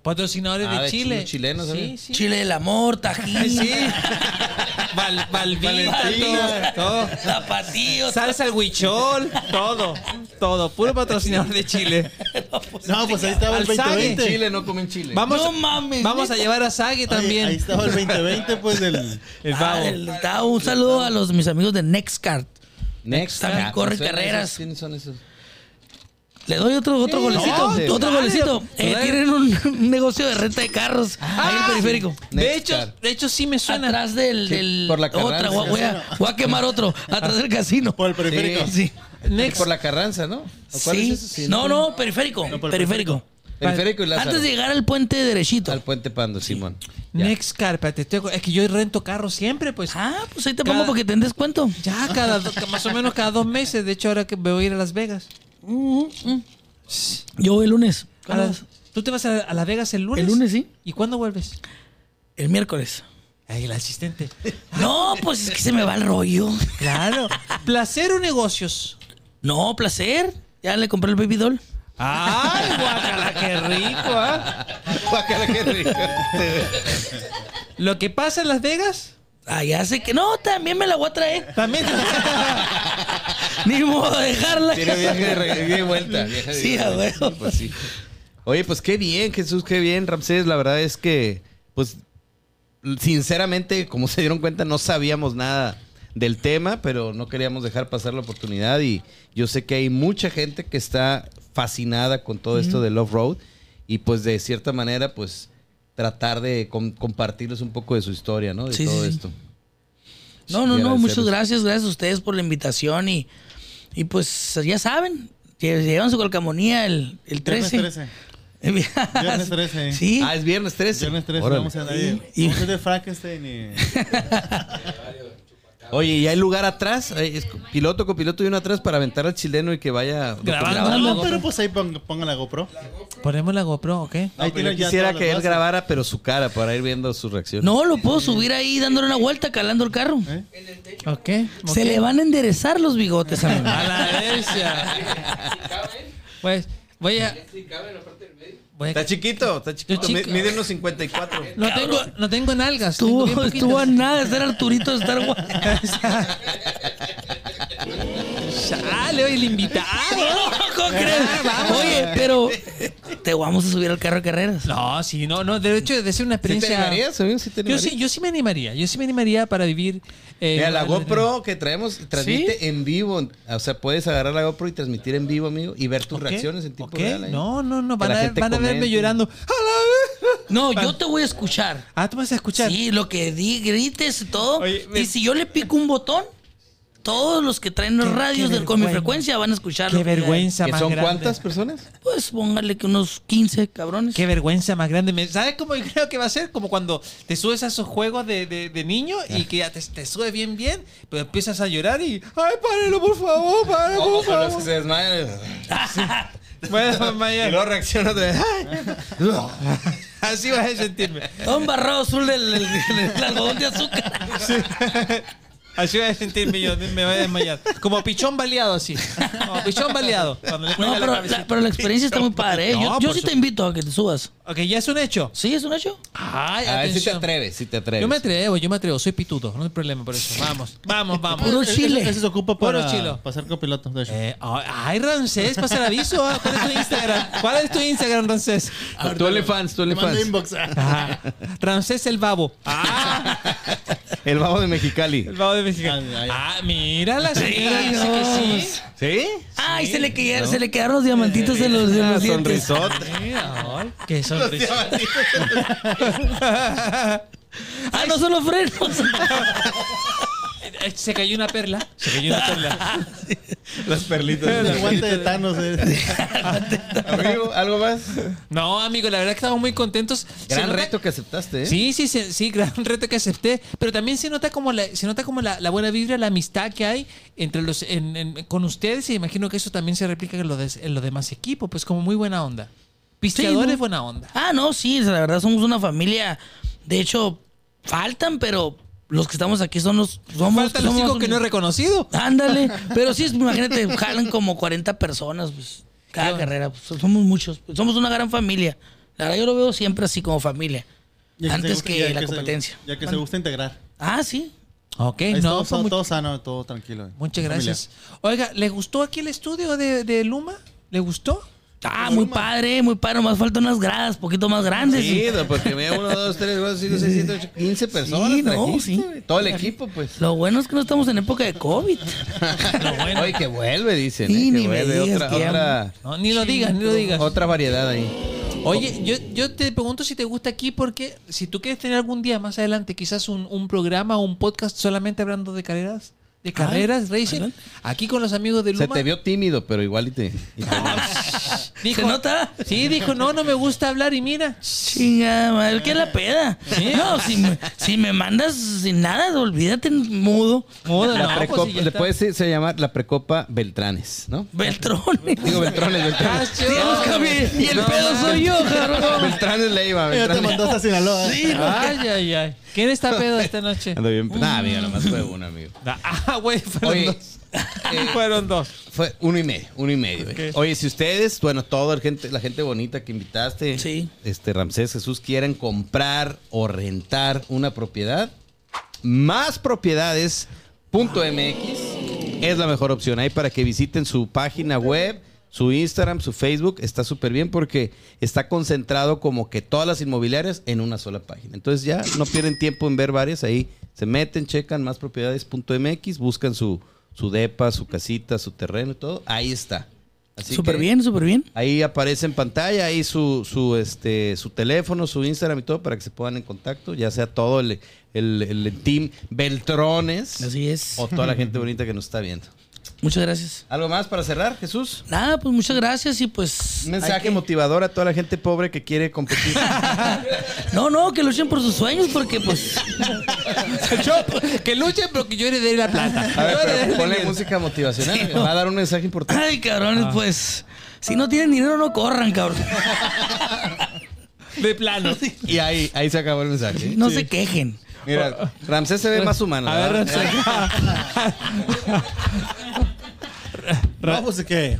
S1: Patrocinadores
S2: Ah,
S1: de
S2: de
S1: Chile.
S2: chi- chilenos,
S1: sí,
S2: amigo.
S1: sí.
S4: Chile del amor, Tajín, (laughs)
S1: Val, Valvita,
S2: Valentina.
S1: todo, todo.
S4: zapatillos.
S1: Salsa al huichol, todo, todo. Puro patrocinador de Chile.
S5: No, pues ahí estaba el
S1: Alzague.
S5: 2020.
S2: En Chile, no comen Chile.
S1: Vamos,
S4: No mames,
S1: vamos a
S4: neta.
S1: llevar a Sage
S5: Oye,
S1: también.
S5: Ahí estaba el 2020, pues del.
S1: El
S4: Ah,
S1: babo.
S4: el- ah, un saludo a los mis amigos de Nextcard.
S2: Next.
S4: También
S2: Ah,
S4: corre
S2: ¿quiénes son
S4: carreras.
S2: esos? ¿Quiénes son esos?
S4: Le doy otro, otro golecito.
S2: no,
S4: otro
S1: dale,
S4: golecito. Eh,
S1: dale.
S4: tienen un, un negocio de renta de carros ahí en el periférico.
S1: Ah, De
S2: Next
S1: hecho,
S2: car.
S1: de hecho sí me suena.
S4: Atrás del, del
S2: por la carrera
S4: otra,
S2: del
S4: voy a, voy a quemar otro, atrás del casino.
S5: Por el periférico.
S2: Sí.
S4: Sí.
S1: Next.
S2: Por la Carranza, ¿no? ¿O cuál
S4: Sí.
S2: es ese? Sí,
S4: no, no, periférico. periférico.
S2: Periférico y Lázaro.
S4: Antes de llegar al puente derechito.
S2: Al Puente Pando, Simón. Ya.
S1: Next car, espérate, estoy- es que yo rento carro siempre, pues.
S4: Ah, pues ahí te
S1: Cada-
S4: pongo porque te den descuento.
S1: Ya, cada do- más o menos cada dos meses. De hecho, ahora que me voy a ir a Las Vegas.
S2: Mm-hmm.
S4: Mm. Yo voy el lunes. Ah,
S1: A las- ¿Tú te vas a, a Las Vegas el lunes?
S4: El lunes, sí.
S1: ¿Y cuándo vuelves?
S4: El miércoles.
S1: Ay, el asistente.
S4: No, pues es que se me va el rollo.
S1: Claro. Placer o negocios.
S4: No, placer. Ya le compré el baby doll.
S1: Ay, guacala, qué rico, ¿ah?
S2: (laughs) Guácala, qué rico.
S1: Lo que pasa en Las Vegas,
S4: Ah, ya sé que. No, también me la voy a traer.
S1: también.
S4: (laughs) Ni modo de dejarla.
S2: Tiene viaje de regreso y de vuelta. viaje de
S4: Sí,
S2: ida y
S4: a
S2: vuelta.
S4: huevo.
S2: Pues sí. Oye, pues qué bien, Jesús, qué bien, Ramsés. La verdad es que, pues, sinceramente, como se dieron cuenta, no sabíamos nada del tema, pero no queríamos dejar pasar la oportunidad. Y yo sé que hay mucha gente que está fascinada con todo esto del off-road. Y pues, de cierta manera, pues, tratar de com- compartirles un poco de su historia, ¿no? De
S4: Sí, sí,
S2: todo
S4: sí.
S2: esto.
S4: No, no,
S2: Y
S4: no,
S2: agradecerles.
S4: muchas gracias, gracias a ustedes por la invitación y, y pues ya saben, lle- llevan su colcamonía el, el
S5: Viernes
S4: 13.
S5: 13. Viernes
S4: (laughs)
S5: 13.
S4: Sí,
S2: Ah, es viernes 13.
S5: Viernes 13.
S2: Órale.
S5: Vamos a andar ahí.
S4: Y-
S5: Vamos a ir de Frankenstein y.
S2: Oye, ¿y hay lugar atrás? Hay- es piloto, copiloto y uno atrás para aventar al chileno y que vaya...
S1: Grabando.
S5: Ah,
S1: la
S5: no,
S1: GoPro.
S5: pero pues ahí pon- pongan la GoPro.
S1: ¿Ponemos la GoPro o qué?
S5: Ahí
S2: No, pero
S5: tienen
S2: yo
S5: ya
S2: quisiera
S5: todas
S2: que
S5: las
S2: él
S5: bases.
S2: grabara, pero su cara, para ir viendo su reacción.
S4: No, lo puedo subir ahí dándole una vuelta, calando el carro.
S5: ¿Eh?
S1: Ok.
S4: Se le van a enderezar los bigotes, amigo.
S1: A la
S4: (laughs)
S1: bestia. Pues, voy a. Voy a-
S2: Está chiquito, está chiquito.
S1: Yo
S2: mi-
S1: chico.
S2: Mide unos 54.
S1: eh, (laughs) No tengo, no tengo nalgas. tengo
S4: Estuvo,
S1: bien poquitas.
S4: estuvo a nada de ser Arturito de Star Wars.
S1: (laughs) Chale, oye, el invitado. Ah,
S4: ¿Cómo crees? Oye, pero te vamos a subir al carro de carreras.
S1: No, sí, no, no. De hecho, de ser una
S2: ¿Sí
S1: experiencia.
S2: te animarías, amigo? ¿Sí te
S1: Yo
S2: animarías?
S1: sí, yo sí me animaría. Yo sí me animaría para vivir. eh,
S2: Mira, la
S1: lugares de-
S2: GoPro que traemos transmite en vivo. O sea, puedes agarrar la GoPro y transmitir en vivo, amigo, y ver tus
S1: Ok,
S2: reacciones en tiempo
S1: ok.
S2: real. ahí.
S1: No, no, no.
S2: Que
S1: Van,
S2: la
S1: a,
S2: gente
S1: van a verme
S2: comente.
S1: llorando. A la vez.
S4: No, yo te voy a escuchar.
S1: Ah, tú vas a escuchar.
S4: Sí, lo que di, grites y todo.
S1: Oye, me-
S4: Y si yo le pico un botón, todos los que traen los
S1: Qué- qué
S4: radios del- con mi
S1: vergüenza.
S4: frecuencia van a escuchar.
S1: Qué
S4: lo que-
S1: vergüenza
S2: ¿Que
S1: más
S2: son
S1: grande.
S2: cuántas personas?
S4: Pues póngale que unos 15 cabrones.
S1: Qué vergüenza más grande. Me- ¿Sabes cómo yo creo que va a ser? Como cuando te subes a esos juegos de, de- de niño y que ya te, te sube bien, bien, pero empiezas a llorar y. ¡Ay, párelo, por favor! ¡Párelo, por favor!
S2: se desmayan.
S1: Bueno, Maya,
S2: reacciona otra vez.
S1: (laughs) Así vas a sentirme.
S4: Todo embarrado azul del, del- del algodón de azúcar.
S1: Así vas a sentirme yo. Me voy a desmayar. Como pichón baleado, así. Como pichón baleado. Cuando le
S4: No,
S1: cuelga la
S4: pero
S1: cabecita.
S4: la, pero la experiencia está muy padre. ¿eh? Yo-
S1: No,
S4: yo
S1: por
S4: sí
S1: su-
S4: te invito a que te subas.
S1: Ok, ya es un hecho.
S4: ¿Sí es un hecho?
S1: Ay,
S2: A ver si te
S1: atención.
S2: atreves, si te atreves.
S1: Yo me atrevo, yo me atrevo. Soy pituto. No hay problema por eso. Vamos, vamos, vamos.
S4: Puro
S5: Ese-
S4: chile.
S5: Ese se ocupa
S1: Puro
S5: para
S1: chilo.
S5: pasar copiloto, de hecho.
S1: Eh, ay, Ramsés, pasa el aviso. ah. ¿Cuál es tu Instagram? ¿Cuál es tu Instagram, Ramsés?
S2: Tú le fans, tú le
S5: Te mando
S2: fans.
S5: inbox. (laughs)
S1: Ah, Ramsés el babo. Ah,
S2: El babo de Mexicali.
S1: el babo de México. Ah, mira la señora. dice que sí.
S2: ¿Sí?
S4: Ay, se, le quedaron, se le quedaron los diamantitos en los, en
S2: Ah,
S4: los dientes.
S2: sonrisote.
S1: (laughs) Mira, ay, qué sonrisa.
S4: Ah, no son
S1: (laughs)
S4: los frenos.
S1: Eh, Se cayó una perla. Se cayó una perla.
S2: (laughs)
S1: (laughs)
S2: Las
S5: El
S2: perlitas.
S5: guante de Thanos. eh.
S2: Amigo, ¿algo más?
S1: No, amigo, la verdad que estamos muy contentos. Se
S2: Gran
S1: nota-
S2: reto que aceptaste, ¿eh?
S1: Sí, sí, sí, (laughs) sí, gran reto que acepté. Pero también se nota como la, se nota como la, la buena vibra, la amistad que hay entre los en- en- con ustedes. Y imagino que eso también se replica en los, des- en los demás equipos. Pues como muy buena onda. Pisteadores,
S4: Sí, ¿no?
S1: buena onda.
S4: Ah, no, sí, la verdad somos una familia. De hecho, faltan, pero los que estamos aquí son los. Somos,
S1: Falta los
S4: somos-
S1: chicos que no he reconocido.
S4: Ándale, pero sí, es- imagínate, jalan como 40 personas, pues, cada
S1: Yo-
S4: carrera, pues, somos muchos, pues, somos una gran familia. La verdad yo lo veo siempre así como familia,
S5: Ya
S4: antes
S5: se-
S4: que,
S5: ya
S4: la
S5: se-
S4: competencia.
S5: ya que se gusta integrar.
S4: Ah, sí.
S1: Ok,
S5: Ahí
S1: no,
S5: todo,
S1: fue
S5: todo,
S1: mu-
S5: todo sano, todo tranquilo. eh.
S1: muchas
S5: Familiar.
S1: gracias. Oiga, ¿le gustó aquí el estudio de, de Luma? ¿Le gustó?
S4: Ah, muy padre, muy padre, más faltan unas gradas, poquito más grandes.
S2: Sí, no, porque me 1, 2, 3, 4, 5, 6, 7, 8, 15 personas.
S4: Sí, no,
S2: trajiste,
S4: sí.
S2: güey. Todo el equipo,
S1: (laughs)
S2: pues.
S4: Lo bueno es que no estamos en época de COVID.
S2: Oye, que vuelve, dicen.
S4: Sí,
S2: eh, que
S4: ni me
S2: vuelve
S4: digas
S2: otra,
S4: que ya-
S2: otra,
S1: No, ni lo digas, ni lo digas.
S2: otra variedad ahí.
S1: Oye, yo, yo te pregunto si te gusta aquí porque si tú quieres tener algún día más adelante quizás un, un programa o un podcast solamente hablando de carreras, de carreras, racing,
S4: Ah, adelante.
S1: aquí con los amigos de Luma.
S2: Se te vio tímido, pero igual y te. y te-
S1: Dijo,
S4: ¿Se nota?
S1: Sí, dijo, no, no me gusta hablar y mira.
S4: Chinga madre, ¿qué la peda? No, si me, si me mandas sin nada, olvídate mudo.
S1: Moda,
S2: la
S1: no, pues,
S2: precopa,
S1: sí, ya
S2: le
S1: está.
S2: puedes se, se llamar la precopa Beltranes, ¿no?
S4: Beltrones.
S2: Digo Beltrones,
S1: Ah,
S2: Beltranes.
S1: chido.
S4: Dios, Javier, y el pedo soy yo, cabrón.
S2: Beltranes le iba,
S5: Ya te
S2: Beltranes. (laughs)
S5: mandó a Sinaloa. eh.
S4: Sí, no.
S1: Ay, ay, ay. ¿Quién está pedo esta noche?
S2: Ando bien. Nada, amigo, nomás fue uno, amigo.
S1: (laughs) Ah, güey, fueron
S2: Oye, eh,
S1: dos. (laughs) fueron
S2: (laughs)
S1: dos.
S2: Fue uno y medio, uno y medio. güey. Oye, si ustedes, bueno, toda la gente, la gente bonita que invitaste,
S4: Sí.
S2: este Ramsés Jesús, quieran comprar o rentar una propiedad, más propiedades.mx es la mejor opción ahí para que visiten su página web. Su Instagram, su Facebook está súper bien porque está concentrado como que todas las inmobiliarias en una sola página. Entonces ya no pierden tiempo en ver varias ahí. Se meten, checan máspropiedades.mx, buscan su, su depa, su casita, su terreno, y todo. Ahí está. Así
S4: Súper
S2: que-
S4: bien, súper bien.
S2: Ahí aparece en pantalla, ahí su, su, este, su teléfono, su Instagram y todo para que se pongan en contacto, ya sea todo el, el, el team Beltrones
S4: Así es.
S2: o toda la gente bonita que nos está viendo.
S4: Muchas gracias.
S2: ¿Algo más para cerrar, Jesús?
S4: Nada, pues muchas gracias y pues.
S2: Un
S4: hay
S2: mensaje
S4: que-
S2: motivador a toda la gente pobre que quiere
S4: (laughs)
S2: competir.
S4: No, no, que luchen por sus sueños porque
S5: (laughs)
S4: pues.
S1: que luchen porque yo heredé la plata.
S2: A ver,
S1: Yo heredé
S2: pero
S1: el
S2: ponle
S1: dinero.
S2: música motivacional.
S4: Sí,
S2: Va a dar un mensaje importante.
S4: Ay,
S5: Ah.
S4: cabrones, pues. Si no tienen dinero, no corran, cabrón.
S1: De plano.
S2: Y ahí, ahí se acabó el mensaje. ¿eh?
S4: No se quejen.
S2: Mira, Ramsés se ve más humano.
S1: A ver,
S2: ¿verdad?
S5: (laughs) No, pues que.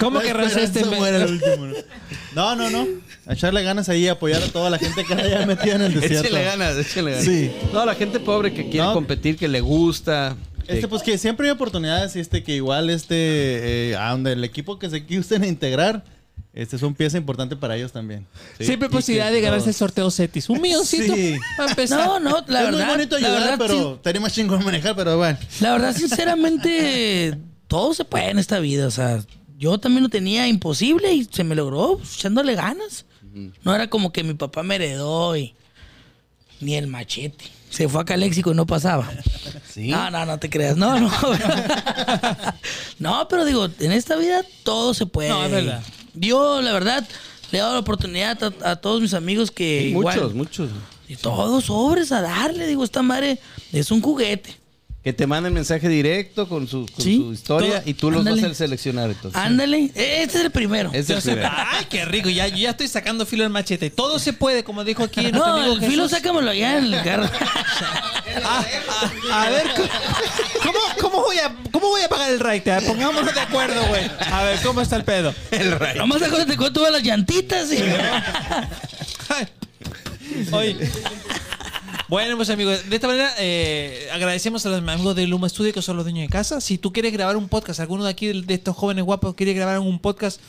S1: ¿Cómo
S5: La
S1: que este Ramsés te
S5: esperanza muere al último, No, no, no. no. A Echarle ganas ahí, apoyar a toda la gente que haya metido en el
S2: (laughs) (laughs)
S5: desierto.
S2: Échale ganas, échale ganas.
S5: Sí.
S2: No, la gente pobre que quiere
S5: No.
S2: competir, que le gusta.
S5: Este,
S2: que-
S5: pues que siempre hay oportunidades y este que igual este, eh, a donde el equipo que se gusten integrar, este es un pieza importante para ellos también.
S1: Siempre
S5: Y
S1: posibilidad
S5: que
S1: de ganarse
S5: no.
S1: el sorteo Cetis. Un milloncito
S5: Sí.
S1: para empezar.
S4: No, no, la
S5: es
S4: verdad.
S5: muy bonito
S4: la
S5: ayudar,
S4: verdad,
S5: pero estaría más chingón manejar, pero bueno.
S4: sin- la verdad, sinceramente, todo se puede en esta vida. O sea, yo también lo tenía imposible y se me logró pues, echándole ganas. No era como que mi papá me heredó y. Ni el machete. Se fue acá a Léxico y no pasaba. No, no, no te creas. No, no. no, pero digo, en esta vida todo se puede.
S1: No, es verdad.
S4: Yo, la verdad, le he dado la oportunidad a, a todos mis amigos que. Eh, igual-
S2: Muchos, muchos.
S4: y todos sobres a darle, digo, esta madre es un juguete.
S2: Que te manden mensaje directo con su, con
S4: Sí.
S2: su historia
S4: Todo-
S2: y tú los
S4: ándale.
S2: vas a seleccionar. Entonces.
S4: Ándale, este es el primero.
S2: Es el
S1: Yo sé-
S2: primero.
S1: ay, qué rico. Ya, yo ya estoy sacando filo al machete. Todo se puede, como dijo aquí. nuestro
S4: no,
S1: amigo
S4: el filo
S1: Ah, Jesús.
S4: sácamelo allá en el carro.
S1: Ah, ah, a ver, ¿cómo, cómo voy a, ¿cómo voy a pagar el raite? Ah, Pongámonos de acuerdo, güey. A ver, ¿cómo está el pedo?
S4: Nomás acuérdate con todas las llantitas. y-
S1: Ay. Oye. Bueno, pues amigos, de esta manera eh, agradecemos a los amigos de Luma Studio que son los dueños de casa. Si tú quieres grabar un podcast, alguno de aquí de de estos jóvenes guapos quiere grabar un podcast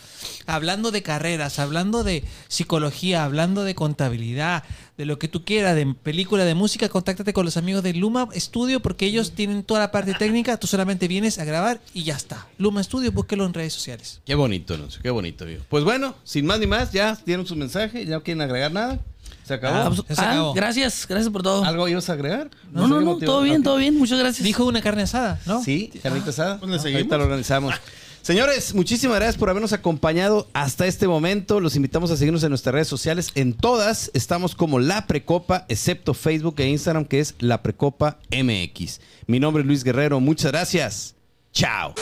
S1: hablando de carreras, hablando de psicología, hablando de contabilidad, de lo que tú quieras, de película, de música, contáctate con los amigos de Luma Studio porque ellos tienen toda la parte técnica. Tú solamente vienes a grabar y ya está. Luma Studio, búsquelo en redes sociales.
S2: Qué bonito, anuncio, qué bonito, amigo. Pues bueno, sin más ni más, ya dieron su mensaje, ya no quieren agregar nada. Se
S4: Ah,
S2: acabó.
S4: pues,
S1: Ya se
S4: ah,
S1: acabó.
S4: gracias, gracias por todo.
S2: ¿Algo ibas a agregar?
S4: No, no,
S2: sé qué
S4: no,
S2: motivo.
S4: todo bien,
S2: Ok.
S4: todo bien, muchas gracias.
S1: Dijo una carne asada, ¿no?
S2: Sí, carnita asada.
S5: Pues le
S2: Ah,
S5: seguimos.
S2: Ahorita lo organizamos. Señores, muchísimas gracias por habernos acompañado hasta este momento. Los invitamos a seguirnos en nuestras redes sociales. En todas estamos como La Precopa, excepto Facebook e Instagram, que es La Precopa MX. Mi nombre es Luis Guerrero. Muchas gracias. Chao.